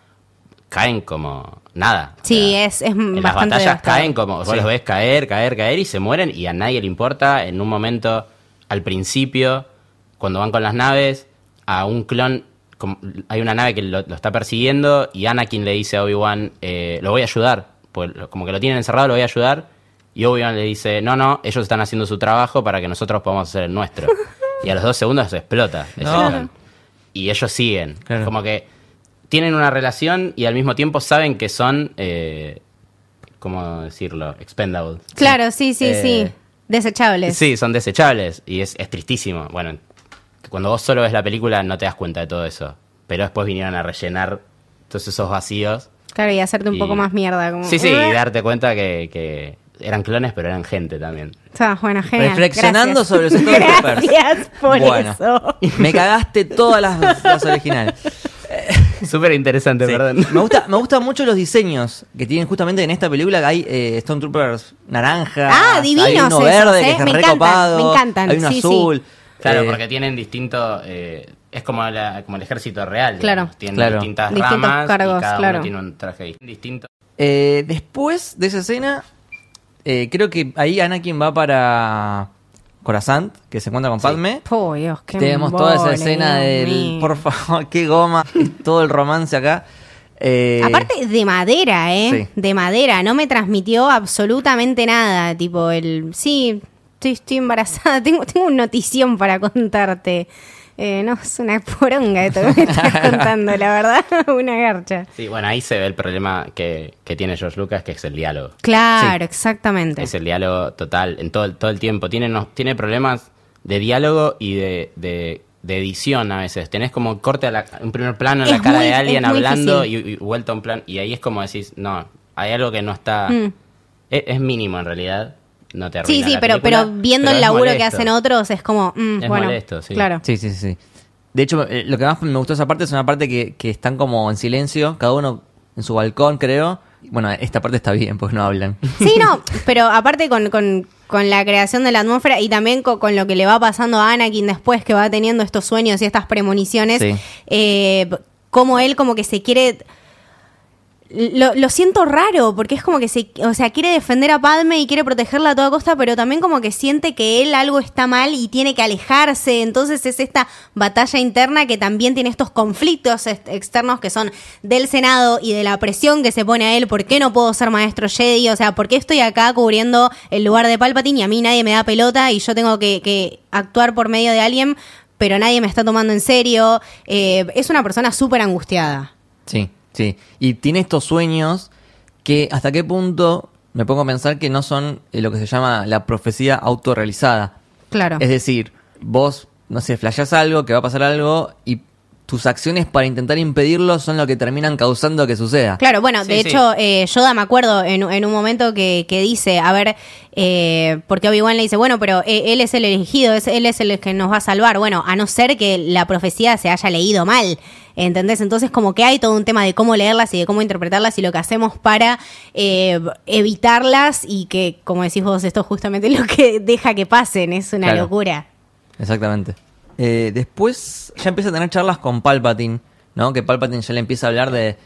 [SPEAKER 3] caen como nada. O
[SPEAKER 2] Sí,
[SPEAKER 3] sea,
[SPEAKER 2] es, es [LAUGHS]
[SPEAKER 3] En las
[SPEAKER 2] bastante
[SPEAKER 3] batallas
[SPEAKER 2] devastador.
[SPEAKER 3] caen como, vos
[SPEAKER 1] Sí.
[SPEAKER 3] los ves caer, caer, caer y se mueren y a nadie le importa. En un momento, al principio, cuando van con las naves, a un clon, como- hay una nave que lo, lo está persiguiendo y Anakin le dice a Obi-Wan, eh, lo voy a ayudar, pues, lo- como que lo tienen encerrado, lo voy a ayudar. Y Obi-Wan le dice, no, no, ellos están haciendo su trabajo para que nosotros podamos hacer
[SPEAKER 2] [LAUGHS]
[SPEAKER 3] el nuestro. y a los dos segundos se explota. ese
[SPEAKER 1] No.
[SPEAKER 3] clon. Y ellos siguen.
[SPEAKER 1] Claro.
[SPEAKER 3] Como que tienen una relación y al mismo tiempo saben que son... eh, ¿cómo decirlo? Expendables.
[SPEAKER 2] Claro, sí, sí,
[SPEAKER 3] Eh,
[SPEAKER 2] sí. Desechables.
[SPEAKER 3] Sí, son desechables y es, es tristísimo. Bueno, cuando vos solo ves la película no te das cuenta de todo eso, pero después vinieron a rellenar todos esos vacíos.
[SPEAKER 2] Claro, y hacerte un
[SPEAKER 3] Y-
[SPEAKER 2] poco más mierda. Como,
[SPEAKER 3] Sí, sí, y
[SPEAKER 2] "Ugh".
[SPEAKER 3] darte cuenta que, que eran clones, pero eran gente también. [LAUGHS]
[SPEAKER 2] Está, bueno, genial.
[SPEAKER 1] Reflexionando
[SPEAKER 2] Gracias.
[SPEAKER 1] sobre
[SPEAKER 2] [LAUGHS]
[SPEAKER 1] los Stormtroopers.
[SPEAKER 2] Gracias por
[SPEAKER 1] Bueno.
[SPEAKER 2] eso.
[SPEAKER 1] Me cagaste todas las, las
[SPEAKER 3] [LAUGHS]
[SPEAKER 1] originales.
[SPEAKER 3] Súper interesante,
[SPEAKER 1] Sí.
[SPEAKER 3] perdón.
[SPEAKER 1] Me gusta, me gustan mucho los diseños que tienen justamente en esta película. que Hay eh, Stone Troopers naranja.
[SPEAKER 2] Ah, divinos
[SPEAKER 1] Hay uno
[SPEAKER 2] esos,
[SPEAKER 1] verde
[SPEAKER 2] eh.
[SPEAKER 1] que está
[SPEAKER 2] Me
[SPEAKER 1] re
[SPEAKER 2] encantan,
[SPEAKER 1] copado,
[SPEAKER 2] me encantan,
[SPEAKER 1] Hay uno
[SPEAKER 2] sí, sí.
[SPEAKER 1] azul.
[SPEAKER 3] Claro,
[SPEAKER 1] Eh,
[SPEAKER 3] porque tienen distinto... eh, es como, la- como el ejército real.
[SPEAKER 2] Claro.
[SPEAKER 3] digamos. Tienen
[SPEAKER 1] Claro.
[SPEAKER 3] distintas
[SPEAKER 2] Distintos
[SPEAKER 3] ramas
[SPEAKER 2] cargos,
[SPEAKER 3] y cada
[SPEAKER 2] claro.
[SPEAKER 3] uno tiene un traje distinto.
[SPEAKER 1] eh, después de esa escena, eh, creo que ahí Anakin va para Corazant, que se encuentra con Padme.
[SPEAKER 2] Oh, Dios, qué
[SPEAKER 1] Tenemos toda esa
[SPEAKER 2] embole,
[SPEAKER 1] escena
[SPEAKER 2] Dios
[SPEAKER 1] del.
[SPEAKER 2] mío.
[SPEAKER 1] Por favor, [LAUGHS] qué goma. todo el romance acá. Eh,
[SPEAKER 2] Aparte de madera, ¿eh?
[SPEAKER 1] Sí.
[SPEAKER 2] De madera, no me transmitió absolutamente nada, tipo el, sí, estoy, estoy embarazada, [LAUGHS] tengo, tengo una notición para contarte. Eh, no, es una poronga esto que me estás
[SPEAKER 3] [LAUGHS]
[SPEAKER 2] contando, la verdad, [LAUGHS] una garcha.
[SPEAKER 3] Sí, bueno, ahí se ve el problema que, que tiene George Lucas, que es el diálogo.
[SPEAKER 2] Claro, exactamente.
[SPEAKER 3] Es el diálogo total, en todo, el- todo el tiempo. Tiene, unos- tiene problemas de diálogo y de, de de edición a veces. Tenés como corte a la- un primer plano en
[SPEAKER 2] Es
[SPEAKER 3] la cara
[SPEAKER 2] muy-
[SPEAKER 3] de alguien
[SPEAKER 2] es muy
[SPEAKER 3] hablando y, y vuelta a un plan. Y ahí es como decís, no, hay algo que no está.
[SPEAKER 2] Mm.
[SPEAKER 3] Es, es mínimo en realidad. No te
[SPEAKER 2] Sí,
[SPEAKER 3] arruina
[SPEAKER 2] sí,
[SPEAKER 3] la
[SPEAKER 2] pero,
[SPEAKER 3] película,
[SPEAKER 2] pero viendo
[SPEAKER 3] pero
[SPEAKER 2] el
[SPEAKER 3] es
[SPEAKER 2] laburo que
[SPEAKER 3] molesto.
[SPEAKER 2] hacen otros es como, mm,
[SPEAKER 3] Es
[SPEAKER 2] bueno,
[SPEAKER 3] molesto, sí.
[SPEAKER 2] claro.
[SPEAKER 1] Sí, sí, sí. De hecho, eh, lo que más me gustó de esa parte es una parte que, que están como en silencio, cada uno en su balcón, creo. Bueno, esta parte está bien, porque no hablan.
[SPEAKER 2] [LAUGHS] Sí, no, pero aparte con, con- con la creación de la atmósfera y también co- con, lo que le va pasando a Anakin después que va teniendo estos sueños y estas premoniciones,
[SPEAKER 1] Sí.
[SPEAKER 2] eh, como él como que se quiere... Lo, lo siento raro, porque es como que se, o sea, quiere defender a Padme y quiere protegerla a toda costa, pero también como que siente que él algo está mal y tiene que alejarse. Entonces es esta batalla interna que también tiene estos conflictos ex- externos que son del Senado y de la presión que se pone a él. ¿Por qué no puedo ser maestro Jedi? O sea, ¿por qué estoy acá cubriendo el lugar de Palpatine y a mí nadie me da pelota y yo tengo que, que actuar por medio de alguien, pero nadie me está tomando en serio? Eh, es una persona súper angustiada.
[SPEAKER 1] Sí, sí. Y tiene estos sueños que hasta qué punto me pongo a pensar que no son eh, lo que se llama la profecía autorrealizada.
[SPEAKER 2] Claro.
[SPEAKER 1] Es decir, vos, no sé, flashás algo, que va a pasar algo, y tus acciones para intentar impedirlo son lo que terminan causando que suceda.
[SPEAKER 2] Claro, bueno,
[SPEAKER 3] Sí,
[SPEAKER 2] de
[SPEAKER 3] sí.
[SPEAKER 2] hecho, eh, Yoda me acuerdo en, en un momento que, que dice, a ver, eh, porque Obi-Wan le dice, bueno, pero eh, él es el elegido, es, él es el que nos va a salvar. Bueno, a no ser que la profecía se haya leído mal, ¿entendés? Entonces como que hay todo un tema de cómo leerlas y de cómo interpretarlas y lo que hacemos para eh, evitarlas y que, como decís vos, esto es justamente lo que [LAUGHS] deja que pasen, es una
[SPEAKER 1] Claro.
[SPEAKER 2] locura.
[SPEAKER 1] Exactamente. Eh, después ya empieza a tener charlas con Palpatine, ¿no? Que Palpatine ya le empieza a hablar de,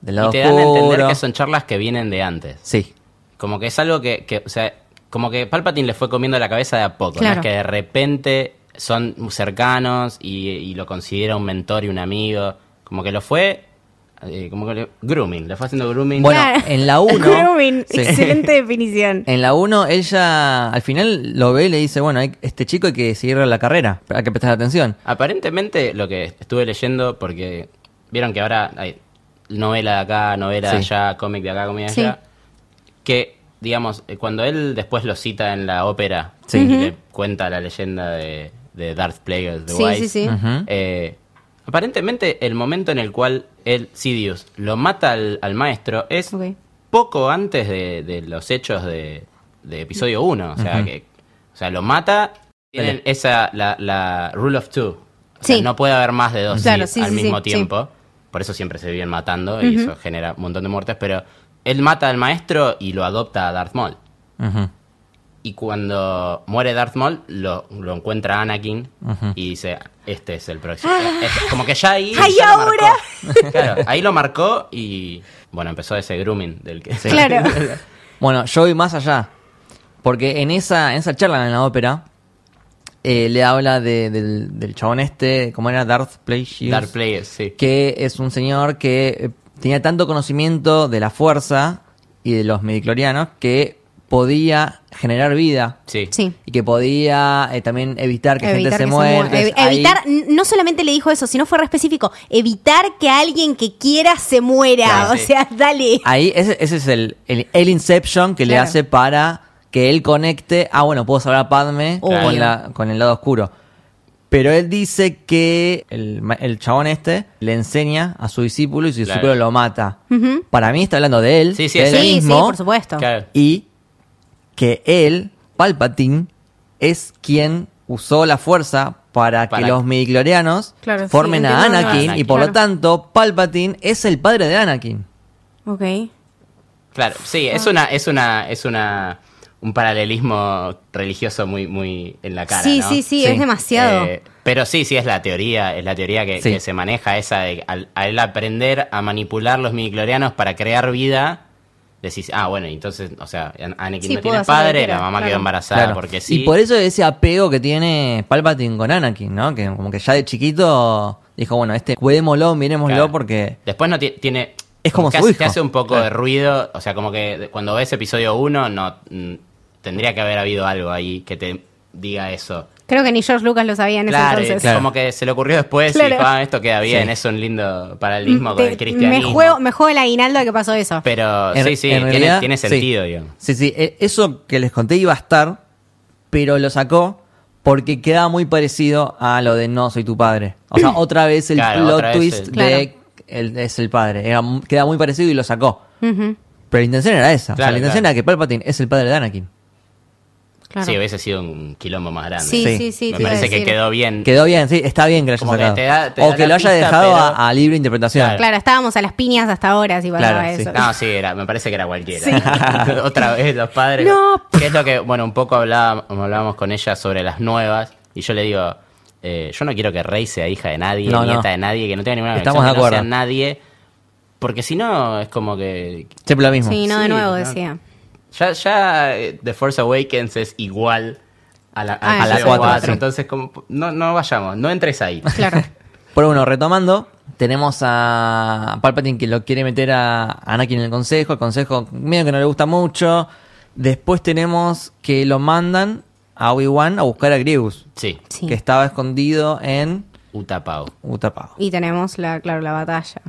[SPEAKER 1] del lado
[SPEAKER 3] Y te dan a entender
[SPEAKER 1] oscuro.
[SPEAKER 3] que son charlas que vienen de antes.
[SPEAKER 1] Sí,
[SPEAKER 3] Como que es algo que, que, o sea, como que Palpatine le fue comiendo la cabeza de a poco.
[SPEAKER 2] Claro.
[SPEAKER 3] No es que de repente son cercanos y, y lo considera un mentor y un amigo. Como que lo fue, eh, como que le- grooming, le fue haciendo grooming.
[SPEAKER 1] Bueno, en la
[SPEAKER 2] [LAUGHS]
[SPEAKER 1] uno-
[SPEAKER 2] Grooming,
[SPEAKER 1] Sí.
[SPEAKER 2] excelente definición.
[SPEAKER 1] En la 1, ella al final lo ve y le dice, bueno, hay- este chico hay que seguir la carrera, hay que prestar atención.
[SPEAKER 3] Aparentemente lo que estuve leyendo, porque vieron que ahora hay novela de acá, novela de
[SPEAKER 1] Sí.
[SPEAKER 3] allá, cómic de acá, cómic de
[SPEAKER 2] Sí.
[SPEAKER 3] allá, que digamos, eh, cuando él después lo cita en la ópera
[SPEAKER 1] Sí.
[SPEAKER 3] y le cuenta la leyenda de, de Darth Plagueis the
[SPEAKER 2] Sí,
[SPEAKER 3] Wise,
[SPEAKER 2] sí, sí.
[SPEAKER 1] Ujú.
[SPEAKER 3] eh, aparentemente el momento en el cual él, Sidious, lo mata al, al maestro es
[SPEAKER 2] Ok.
[SPEAKER 3] poco antes de, de los hechos de, de episodio 1. O sea, que o sea, lo mata. Tienen esa, la, la rule of two. O sea,
[SPEAKER 2] Sí.
[SPEAKER 3] no puede haber más de dos
[SPEAKER 2] Claro,
[SPEAKER 3] Sith
[SPEAKER 2] sí,
[SPEAKER 3] al
[SPEAKER 2] sí,
[SPEAKER 3] mismo
[SPEAKER 2] sí,
[SPEAKER 3] tiempo. Por eso siempre se viven matando y eso genera un montón de muertes. Pero él mata al maestro y lo adopta a Darth Maul.
[SPEAKER 1] Ujú.
[SPEAKER 3] Y cuando muere Darth Maul, lo, lo encuentra Anakin y dice, este es el próximo. Este- como que
[SPEAKER 2] [LAUGHS]
[SPEAKER 3] ya ahí...
[SPEAKER 2] ¡Ay,
[SPEAKER 3] ya
[SPEAKER 2] Ah.
[SPEAKER 3] lo
[SPEAKER 2] ahora! [LAUGHS]
[SPEAKER 3] marcó. Claro, ahí lo marcó y... Bueno, empezó ese grooming del que... [LAUGHS]
[SPEAKER 2] Claro.
[SPEAKER 1] [LAUGHS] Bueno, yo voy más allá. Porque en esa, en esa charla en la ópera, eh, le habla de- del, del chabón este, ¿cómo era? Darth Plagueis.
[SPEAKER 3] Darth Plagueis, sí.
[SPEAKER 1] que es un señor que eh, tenía tanto conocimiento de la fuerza y de los mediclorianos que podía generar vida.
[SPEAKER 3] Sí.
[SPEAKER 2] Sí.
[SPEAKER 1] Y que podía eh, también evitar que gente
[SPEAKER 2] Evitar
[SPEAKER 1] se
[SPEAKER 2] que se
[SPEAKER 1] muera.
[SPEAKER 2] muera. Evi- evitar, n- no solamente le dijo eso, sino fue re específico, evitar que alguien que quiera se muera.
[SPEAKER 3] Claro,
[SPEAKER 2] o
[SPEAKER 3] sí.
[SPEAKER 2] sea, dale.
[SPEAKER 1] Ahí, ese, ese es el, el, el Inception que le
[SPEAKER 2] Claro.
[SPEAKER 1] hace para que él conecte. Ah, bueno, puedo salvar a Padme
[SPEAKER 2] Obvio.
[SPEAKER 1] con, la- con el lado oscuro. Pero él dice que el, ma- el chabón este le enseña a su discípulo y su
[SPEAKER 3] Claro.
[SPEAKER 1] discípulo lo mata.
[SPEAKER 2] Ujú.
[SPEAKER 1] Para mí está hablando de él,
[SPEAKER 3] Sí, sí,
[SPEAKER 1] de
[SPEAKER 3] es
[SPEAKER 1] él
[SPEAKER 3] él.
[SPEAKER 2] Sí, sí,
[SPEAKER 1] mismo,
[SPEAKER 2] por supuesto.
[SPEAKER 3] Claro.
[SPEAKER 1] y que él, Palpatine, es quien usó la fuerza para,
[SPEAKER 3] Para-
[SPEAKER 1] que los midichlorianos
[SPEAKER 2] Claro, sí,
[SPEAKER 1] formen a
[SPEAKER 2] entiendo, no,
[SPEAKER 1] Anakin
[SPEAKER 3] no,
[SPEAKER 1] y por
[SPEAKER 2] claro.
[SPEAKER 1] lo tanto Palpatine es el padre de Anakin.
[SPEAKER 2] Ok.
[SPEAKER 3] Claro, sí, es
[SPEAKER 2] Ah.
[SPEAKER 3] una, es una, es una, un paralelismo religioso muy, muy en la cara.
[SPEAKER 2] sí,
[SPEAKER 3] ¿no?
[SPEAKER 2] sí, sí,
[SPEAKER 1] Sí.
[SPEAKER 2] es demasiado.
[SPEAKER 3] Eh, pero sí, sí, es la teoría, es la teoría que,
[SPEAKER 1] Sí.
[SPEAKER 3] que se maneja esa de al, al aprender a manipular los midichlorianos para crear vida, decís, ah, bueno, entonces, o sea, An- Anakin
[SPEAKER 2] Sí, puedo
[SPEAKER 3] no tiene
[SPEAKER 2] hacer lo que
[SPEAKER 3] padre,
[SPEAKER 2] quiera,
[SPEAKER 3] la mamá
[SPEAKER 2] claro.
[SPEAKER 3] quedó embarazada
[SPEAKER 1] Claro.
[SPEAKER 3] porque sí.
[SPEAKER 1] Y por eso ese apego que tiene Palpatine con Anakin, ¿no? Que como que ya de chiquito dijo, bueno, este cuidémoslo, miremoslo
[SPEAKER 3] Claro.
[SPEAKER 1] porque...
[SPEAKER 3] Después no ti- tiene...
[SPEAKER 1] Es como
[SPEAKER 3] que
[SPEAKER 1] su
[SPEAKER 3] hace-
[SPEAKER 1] hijo.
[SPEAKER 3] Te hace un poco
[SPEAKER 1] Claro.
[SPEAKER 3] de ruido, o sea, como que de- cuando ves episodio 1, no, mm, tendría que haber habido algo ahí que te diga eso.
[SPEAKER 2] Creo que ni George Lucas lo sabía en
[SPEAKER 3] Claro,
[SPEAKER 2] ese entonces.
[SPEAKER 3] es como que se le ocurrió después
[SPEAKER 2] Claro. Mm,
[SPEAKER 3] y dijo, ah, esto queda bien,
[SPEAKER 1] Sí.
[SPEAKER 3] es un lindo paralelismo con
[SPEAKER 2] Te-
[SPEAKER 3] el
[SPEAKER 2] me,
[SPEAKER 3] cristianismo.
[SPEAKER 2] juego, me juego el aguinaldo de que pasó eso.
[SPEAKER 3] Pero
[SPEAKER 1] En-
[SPEAKER 3] sí, sí,
[SPEAKER 1] en
[SPEAKER 3] tiene,
[SPEAKER 1] realidad,
[SPEAKER 3] tiene
[SPEAKER 1] sí.
[SPEAKER 3] sentido, digamos.
[SPEAKER 1] Sí, sí, e- eso que les conté iba a estar, pero lo sacó porque queda muy parecido a lo de No soy tu padre. O
[SPEAKER 3] [CLEARS THROAT]
[SPEAKER 1] sea, otra vez el
[SPEAKER 3] Claro, otra
[SPEAKER 1] plot
[SPEAKER 3] vez
[SPEAKER 1] twist
[SPEAKER 3] el-
[SPEAKER 1] de el- es el padre. Era mu- queda muy parecido y lo sacó. Pero la intención era esa. o sea,
[SPEAKER 3] Claro,
[SPEAKER 1] la intención
[SPEAKER 3] claro.
[SPEAKER 1] era que Palpatine es el padre de Anakin.
[SPEAKER 2] Claro.
[SPEAKER 3] Sí, hubiese sido un quilombo más grande.
[SPEAKER 2] Sí,
[SPEAKER 1] Sí.
[SPEAKER 2] sí, sí.
[SPEAKER 3] Me
[SPEAKER 2] te iba a
[SPEAKER 3] parece que
[SPEAKER 2] decir.
[SPEAKER 3] quedó bien.
[SPEAKER 1] Quedó bien, sí, está bien que lo haya
[SPEAKER 3] Como que
[SPEAKER 1] sacado.
[SPEAKER 3] te da- te
[SPEAKER 1] o
[SPEAKER 3] da
[SPEAKER 1] que
[SPEAKER 3] la
[SPEAKER 1] lo haya
[SPEAKER 3] pista,
[SPEAKER 1] dejado a-
[SPEAKER 3] pero-
[SPEAKER 1] a, libre interpretación.
[SPEAKER 3] Claro.
[SPEAKER 2] Claro, estábamos a las piñas hasta ahora si pasaba
[SPEAKER 1] Claro, sí.
[SPEAKER 2] eso.
[SPEAKER 3] No, sí, era, me parece que era cualquiera. [LAUGHS] Otra vez los padres.
[SPEAKER 2] No.
[SPEAKER 3] Que es lo que, bueno, un poco hablábamos, hablábamos con ella sobre las nuevas. Y yo le digo, eh, yo no quiero que Rey sea hija de nadie,
[SPEAKER 1] No,
[SPEAKER 3] nieta
[SPEAKER 1] no.
[SPEAKER 3] de nadie, que no tenga ninguna
[SPEAKER 1] Estamos
[SPEAKER 3] conexión,
[SPEAKER 1] de
[SPEAKER 3] que
[SPEAKER 1] acuerdo.
[SPEAKER 3] no sea nadie. Porque si no, es como que.
[SPEAKER 1] Siempre lo mismo.
[SPEAKER 2] Sí, no, de
[SPEAKER 3] Sí,
[SPEAKER 2] nuevo
[SPEAKER 3] no.
[SPEAKER 2] decía.
[SPEAKER 3] Ya, ya eh, The Force Awakens es igual a la,
[SPEAKER 2] Ah,
[SPEAKER 3] a,
[SPEAKER 2] sí,
[SPEAKER 3] la
[SPEAKER 2] sí,
[SPEAKER 3] 4.
[SPEAKER 1] sí.
[SPEAKER 3] Entonces, como, no, no vayamos, no
[SPEAKER 2] [LAUGHS]
[SPEAKER 3] entres ahí. [LAUGHS]
[SPEAKER 2] Claro.
[SPEAKER 1] Pero bueno, retomando, tenemos a Palpatine que lo quiere meter a Anakin en el consejo. El consejo medio que no le gusta mucho. Después tenemos que lo mandan a Obi-Wan a buscar a Grievous,
[SPEAKER 3] Sí,
[SPEAKER 2] Sí.
[SPEAKER 1] que estaba escondido en
[SPEAKER 3] Utapau.
[SPEAKER 1] Utapao.
[SPEAKER 2] [LAUGHS] Y tenemos, la, claro, la batalla.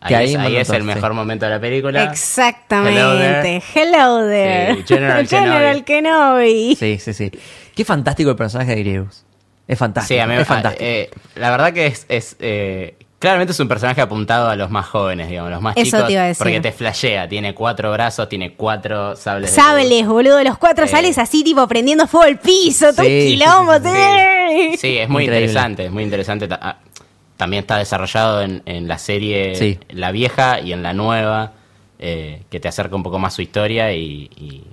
[SPEAKER 3] Ahí,
[SPEAKER 1] Que ahí
[SPEAKER 3] es, ahí
[SPEAKER 1] manotó,
[SPEAKER 3] es el
[SPEAKER 1] sí.
[SPEAKER 3] mejor momento de la película.
[SPEAKER 2] Exactamente. Hello there.
[SPEAKER 3] Sí,
[SPEAKER 2] [LAUGHS]
[SPEAKER 3] General
[SPEAKER 2] General Kenobi.
[SPEAKER 1] Sí, sí, sí. Qué fantástico el personaje de Grievous. Es fantástico.
[SPEAKER 3] Sí, a mí me
[SPEAKER 1] es fantástico.
[SPEAKER 3] eh, la verdad que es. es, eh, claramente es un personaje apuntado a los más jóvenes, digamos, los más
[SPEAKER 2] Eso
[SPEAKER 3] chicos.
[SPEAKER 2] te iba a decir.
[SPEAKER 3] Porque te flashea, tiene cuatro brazos, tiene cuatro sables. de
[SPEAKER 2] Sables, boludo, los cuatro
[SPEAKER 3] Eh.
[SPEAKER 2] sales así, tipo, prendiendo fuego al piso, todo un
[SPEAKER 1] Sí, sí,
[SPEAKER 2] quilombo.
[SPEAKER 1] sí,
[SPEAKER 3] luz.
[SPEAKER 2] sí.
[SPEAKER 3] Sí, sí, es muy
[SPEAKER 1] Increíble.
[SPEAKER 3] interesante, es muy interesante. Ta- ah, También está desarrollado en, en la serie
[SPEAKER 1] Sí.
[SPEAKER 3] La Vieja y en la nueva, eh, que te acerca un poco más su historia y, y,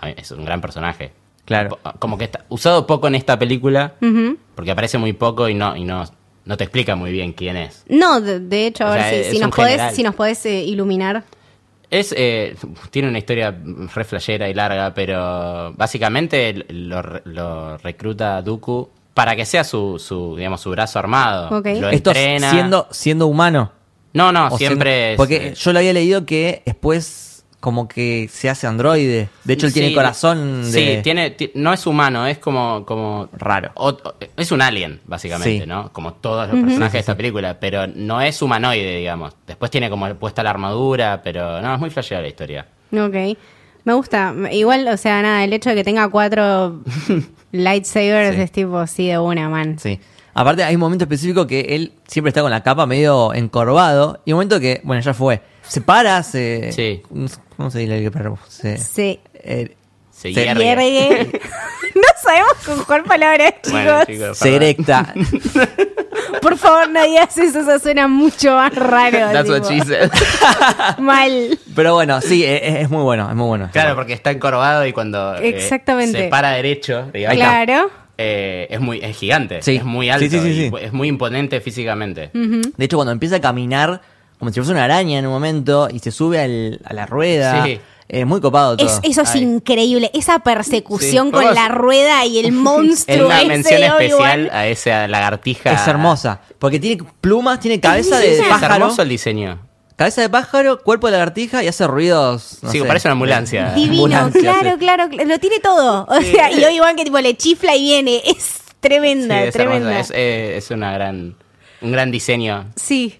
[SPEAKER 3] a mí es un gran personaje.
[SPEAKER 1] Claro.
[SPEAKER 3] Po- Como que está usado poco en esta película,
[SPEAKER 2] Ujú.
[SPEAKER 3] porque aparece muy poco y no, y no, no te explica muy bien quién es.
[SPEAKER 2] No, de, de hecho, a
[SPEAKER 3] O
[SPEAKER 2] ver
[SPEAKER 3] sea,
[SPEAKER 2] si-
[SPEAKER 3] es
[SPEAKER 2] si,
[SPEAKER 3] un
[SPEAKER 2] nos podés,
[SPEAKER 3] general.
[SPEAKER 2] si nos podés eh, iluminar.
[SPEAKER 3] Es, eh, [LAUGHS] tiene una historia re flashera y larga, pero básicamente lo, lo recluta Dooku para que sea su, su, digamos, su brazo armado.
[SPEAKER 2] Ok.
[SPEAKER 3] Lo
[SPEAKER 1] Esto
[SPEAKER 3] entrena.
[SPEAKER 1] siendo, siendo humano.
[SPEAKER 3] no, no,
[SPEAKER 1] O
[SPEAKER 3] siempre
[SPEAKER 1] siendo-
[SPEAKER 3] es,
[SPEAKER 1] Porque
[SPEAKER 3] eh,
[SPEAKER 1] yo lo había leído que después como que se hace androide. De hecho, él tiene
[SPEAKER 3] sí,
[SPEAKER 1] corazón de...
[SPEAKER 3] Sí, tiene, ti- no es humano, es como... como
[SPEAKER 1] Raro.
[SPEAKER 3] ot- es un alien, básicamente,
[SPEAKER 1] Sí.
[SPEAKER 3] ¿no? Como todos los personajes de esta película, pero no es humanoide, digamos. Después tiene como puesta la armadura, pero no, es muy flashera la historia.
[SPEAKER 2] Ok. Me gusta. Igual, o sea, nada, el hecho de que tenga
[SPEAKER 3] [LAUGHS]
[SPEAKER 2] cuatro lightsabers
[SPEAKER 1] Sí.
[SPEAKER 2] es tipo, sí, de una, man.
[SPEAKER 1] Sí. Aparte, hay un momento específico que él siempre está con la capa medio encorvado. Y un momento que, bueno, ya fue. Se para, se.
[SPEAKER 3] Sí.
[SPEAKER 1] ¿Cómo se dice el perro? Se.
[SPEAKER 2] Se
[SPEAKER 1] eh,
[SPEAKER 3] Se
[SPEAKER 1] Se
[SPEAKER 3] hierve.
[SPEAKER 2] hiergue.
[SPEAKER 3] [LAUGHS]
[SPEAKER 2] [LAUGHS] no sabemos con cuál palabra es, chicos.
[SPEAKER 3] Bueno, chicos,
[SPEAKER 1] se
[SPEAKER 3] perdón.
[SPEAKER 1] erecta. [LAUGHS]
[SPEAKER 2] Por favor, no digas eso, eso suena mucho más raro.
[SPEAKER 3] That's what
[SPEAKER 2] tipo.
[SPEAKER 3] she said.
[SPEAKER 2] Mal.
[SPEAKER 1] Pero bueno, sí, e- e- es, muy bueno, es muy bueno.
[SPEAKER 3] [LAUGHS] Claro, porque está encorvado y cuando eh,
[SPEAKER 2] Exactamente.
[SPEAKER 3] se para derecho, digamos,
[SPEAKER 2] Claro.
[SPEAKER 3] eh, es muy es gigante,
[SPEAKER 1] Sí.
[SPEAKER 3] es muy alto,
[SPEAKER 1] Sí, sí, sí,
[SPEAKER 3] y
[SPEAKER 1] sí.
[SPEAKER 3] es muy imponente físicamente.
[SPEAKER 1] De hecho, cuando empieza a caminar, como si fuese una araña en un momento, y se sube al- a la rueda.
[SPEAKER 3] Sí.
[SPEAKER 1] Es muy copado todo.
[SPEAKER 2] Es- eso es
[SPEAKER 3] Ay.
[SPEAKER 2] increíble. Esa persecución
[SPEAKER 3] Sí.
[SPEAKER 2] con
[SPEAKER 3] Vamos.
[SPEAKER 2] la rueda y el
[SPEAKER 3] [LAUGHS] Es
[SPEAKER 2] monstruo.
[SPEAKER 3] una
[SPEAKER 2] ese
[SPEAKER 3] mención
[SPEAKER 2] de
[SPEAKER 3] especial
[SPEAKER 2] Obi-Wan.
[SPEAKER 3] a esa lagartija.
[SPEAKER 1] Es hermosa. Porque tiene plumas, tiene cabeza de
[SPEAKER 3] Es
[SPEAKER 1] pájaro.
[SPEAKER 3] hermoso el diseño.
[SPEAKER 1] Cabeza de pájaro, cuerpo de lagartija y hace ruidos. no
[SPEAKER 3] sí,
[SPEAKER 1] sé.
[SPEAKER 3] parece una ambulancia.
[SPEAKER 2] Divino,
[SPEAKER 1] Ambulancia,
[SPEAKER 2] claro,
[SPEAKER 1] sí.
[SPEAKER 2] claro, cl- Lo tiene todo. O sea, y Obi-Wan que tipo le chifla y viene. Es
[SPEAKER 3] Sí,
[SPEAKER 2] tremenda,
[SPEAKER 3] es hermosa,
[SPEAKER 2] tremenda.
[SPEAKER 3] es, eh, es una gran un gran diseño.
[SPEAKER 2] Sí.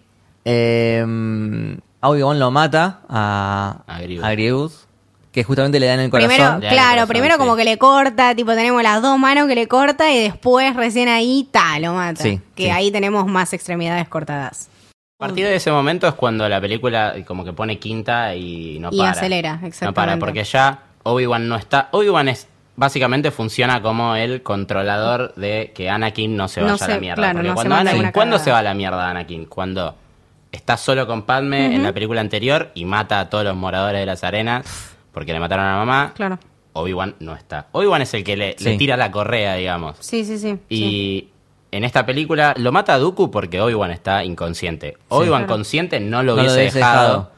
[SPEAKER 1] Eh, Obi-Wan lo mata a,
[SPEAKER 3] A Grievous.
[SPEAKER 1] a Grievous, que justamente le dan el corazón.
[SPEAKER 2] Primero,
[SPEAKER 3] Le da el
[SPEAKER 2] claro,
[SPEAKER 3] corazón,
[SPEAKER 2] primero
[SPEAKER 3] sí.
[SPEAKER 2] como que le corta, tipo tenemos las dos manos que le corta y después recién ahí, ta, lo mata.
[SPEAKER 1] Sí,
[SPEAKER 2] que
[SPEAKER 1] sí.
[SPEAKER 2] ahí tenemos más extremidades cortadas.
[SPEAKER 3] A partir de ese momento es cuando la película como que pone quinta y no
[SPEAKER 2] Y
[SPEAKER 3] para.
[SPEAKER 2] acelera,
[SPEAKER 3] No para,
[SPEAKER 2] exactamente.
[SPEAKER 3] porque ya Obi-Wan no está. Obi-Wan es básicamente funciona como el controlador de que Anakin no se
[SPEAKER 2] No
[SPEAKER 3] vaya a
[SPEAKER 2] se-
[SPEAKER 3] la mierda.
[SPEAKER 2] claro,
[SPEAKER 3] Porque
[SPEAKER 2] no se
[SPEAKER 3] cuando
[SPEAKER 2] manda
[SPEAKER 3] Anakin-
[SPEAKER 2] una
[SPEAKER 3] ¿Cuándo
[SPEAKER 2] cagada.
[SPEAKER 3] se va a la mierda Anakin? Cuando está solo con Padme en la película anterior y mata a todos los moradores de las arenas porque le mataron a la mamá.
[SPEAKER 2] Claro.
[SPEAKER 3] Obi-Wan no está. Obi-Wan es el que le, le
[SPEAKER 1] Sí.
[SPEAKER 3] tira la correa, digamos.
[SPEAKER 2] Sí, sí, sí.
[SPEAKER 3] Y
[SPEAKER 2] sí.
[SPEAKER 3] en esta película lo mata a Dooku porque Obi-Wan está inconsciente. Obi-Wan
[SPEAKER 2] Claro.
[SPEAKER 3] consciente no lo
[SPEAKER 1] No lo
[SPEAKER 3] hubiese
[SPEAKER 1] hubiese
[SPEAKER 3] dejado.
[SPEAKER 1] dejado.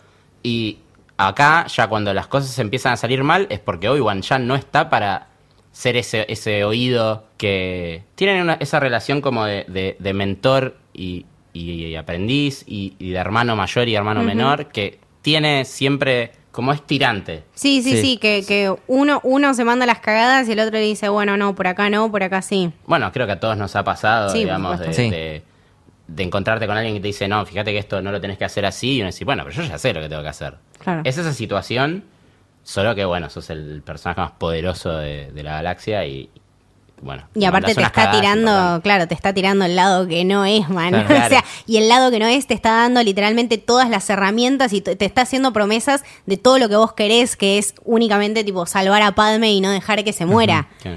[SPEAKER 3] Y acá, ya cuando las cosas empiezan a salir mal, es porque Obi-Wan ya no está para ser ese, ese oído que. Tienen una- esa relación como de, de- de mentor y, y- y aprendiz y, y de hermano mayor y hermano menor que tiene siempre. Como es tirante.
[SPEAKER 2] Sí, sí,
[SPEAKER 1] Sí.
[SPEAKER 2] sí, que, que uno, uno se manda las cagadas y el otro le dice, bueno, no, por acá no, por acá sí.
[SPEAKER 3] Bueno, creo que a todos nos ha pasado,
[SPEAKER 2] Sí, por
[SPEAKER 3] digamos, de,
[SPEAKER 1] supuesto. Sí.
[SPEAKER 3] de- de encontrarte con alguien que te dice, no, fíjate que esto no lo tenés que hacer así, y uno dice, bueno, pero yo ya sé lo que tengo que hacer.
[SPEAKER 2] Claro.
[SPEAKER 3] Es esa situación, solo que, bueno, sos el personaje más poderoso de, de la galaxia y bueno.
[SPEAKER 2] Y aparte
[SPEAKER 3] mandás
[SPEAKER 2] te
[SPEAKER 3] unas
[SPEAKER 2] está
[SPEAKER 3] cagadas
[SPEAKER 2] tirando,
[SPEAKER 3] importantes.
[SPEAKER 2] claro, te está tirando el lado que no es, man.
[SPEAKER 3] Claro,
[SPEAKER 2] [LAUGHS] O
[SPEAKER 3] claro.
[SPEAKER 2] sea, y el lado que no es te está dando literalmente todas las herramientas y te te está haciendo promesas de todo lo que vos querés, que es únicamente tipo salvar a Padme y no dejar que se muera.
[SPEAKER 3] Sí.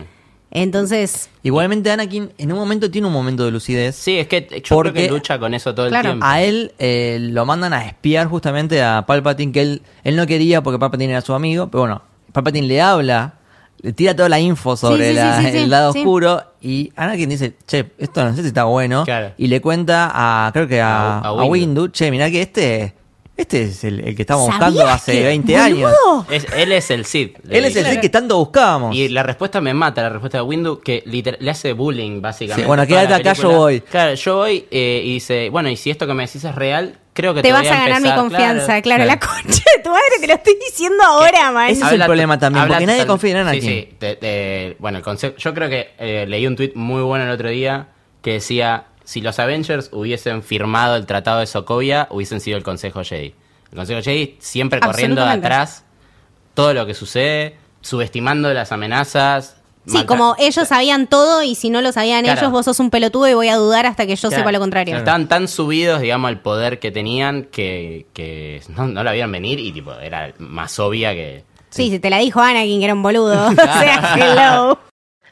[SPEAKER 2] Entonces,
[SPEAKER 1] Igualmente Anakin en un momento tiene un momento de lucidez.
[SPEAKER 3] Sí, es que yo
[SPEAKER 1] Porque-
[SPEAKER 3] creo que lucha con eso todo
[SPEAKER 2] Claro.
[SPEAKER 3] el tiempo.
[SPEAKER 1] A él eh, lo mandan a espiar justamente a Palpatine, que él, él no quería porque Palpatine era su amigo, pero bueno, Palpatine le habla, le tira toda la info sobre
[SPEAKER 2] sí,
[SPEAKER 1] la-
[SPEAKER 2] sí, sí,
[SPEAKER 1] el lado
[SPEAKER 2] sí.
[SPEAKER 1] oscuro y Anakin dice, che, esto no sé si está bueno,
[SPEAKER 3] Claro.
[SPEAKER 1] y le cuenta a, creo que a,
[SPEAKER 3] A- a
[SPEAKER 1] a
[SPEAKER 3] Windu.
[SPEAKER 1] Windu, che, mirá que este, este es el, el que estamos
[SPEAKER 2] ¿sabías
[SPEAKER 1] buscando hace
[SPEAKER 2] que,
[SPEAKER 1] 20 años.
[SPEAKER 2] boludo?
[SPEAKER 3] Es- él es el Sith. le
[SPEAKER 1] Él es el
[SPEAKER 3] dicen.
[SPEAKER 1] Sith que tanto buscábamos.
[SPEAKER 3] Y la respuesta me mata, la respuesta de Windu, que liter- le hace bullying, básicamente.
[SPEAKER 1] Sí, bueno,
[SPEAKER 3] Toda la
[SPEAKER 1] quédate acá, yo
[SPEAKER 3] película.
[SPEAKER 1] voy.
[SPEAKER 3] Claro, yo voy eh, y dice, bueno, y si esto que me decís es real, creo que te,
[SPEAKER 2] Te vas
[SPEAKER 3] voy
[SPEAKER 2] a ganar mi
[SPEAKER 3] empezar-
[SPEAKER 2] confianza, claro, la
[SPEAKER 3] Claro.
[SPEAKER 2] concha de tu madre te lo estoy diciendo ahora, man.
[SPEAKER 1] Ese es el problema también, porque nadie confía en
[SPEAKER 3] Sí,
[SPEAKER 1] Anakin.
[SPEAKER 3] sí. te- te- bueno, el concepto. Yo creo que eh, leí un tuit muy bueno el otro día que decía: si los Avengers hubiesen firmado el tratado de Sokovia, hubiesen sido el Consejo Jedi. El Consejo Jedi siempre corriendo de
[SPEAKER 2] Absolutamente.
[SPEAKER 3] atrás todo lo que sucede, subestimando las amenazas.
[SPEAKER 2] Sí,
[SPEAKER 3] maltra-
[SPEAKER 2] como ellos sabían todo y si no lo sabían
[SPEAKER 3] Claro.
[SPEAKER 2] ellos, vos sos un pelotudo y voy a dudar hasta que yo
[SPEAKER 3] Claro.
[SPEAKER 2] sepa lo contrario.
[SPEAKER 3] Estaban tan subidos, digamos, al poder que tenían que, que no, no la vieron venir y tipo era más obvia que.
[SPEAKER 2] Sí, se te la dijo Anakin que era un boludo. [LAUGHS] o sea, hello.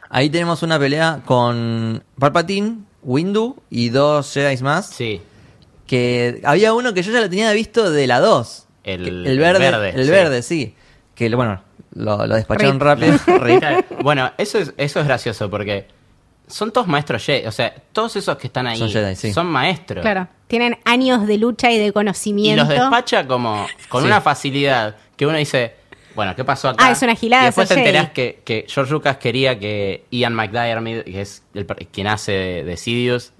[SPEAKER 1] Ahí tenemos una pelea con Palpatine, Windu y dos Jedi más.
[SPEAKER 3] Sí.
[SPEAKER 1] que había uno que yo ya lo tenía visto de la 2.
[SPEAKER 3] El-
[SPEAKER 1] Que-
[SPEAKER 3] el
[SPEAKER 1] verde. El
[SPEAKER 3] verde,
[SPEAKER 1] verde, sí.
[SPEAKER 3] sí.
[SPEAKER 1] Que lo- bueno, lo, lo despacharon
[SPEAKER 2] Rip. [LAUGHS]
[SPEAKER 1] [LAUGHS] rápido. Rip.
[SPEAKER 3] Claro. Bueno, eso es, eso es gracioso porque son todos maestros Jedi. O sea, todos esos que están ahí
[SPEAKER 1] Son Jedi, sí.
[SPEAKER 3] son maestros.
[SPEAKER 2] Claro, tienen años de lucha y de
[SPEAKER 3] Y
[SPEAKER 2] conocimiento.
[SPEAKER 3] los despacha como con
[SPEAKER 1] Sí.
[SPEAKER 3] una facilidad que uno dice, bueno, ¿qué pasó acá?
[SPEAKER 2] Ah, es una gilada,
[SPEAKER 3] Y después te
[SPEAKER 2] soy Jedi.
[SPEAKER 3] enterás que, que George Lucas quería que Ian McDiarmid, que es el per- quien hace de, de Sidious,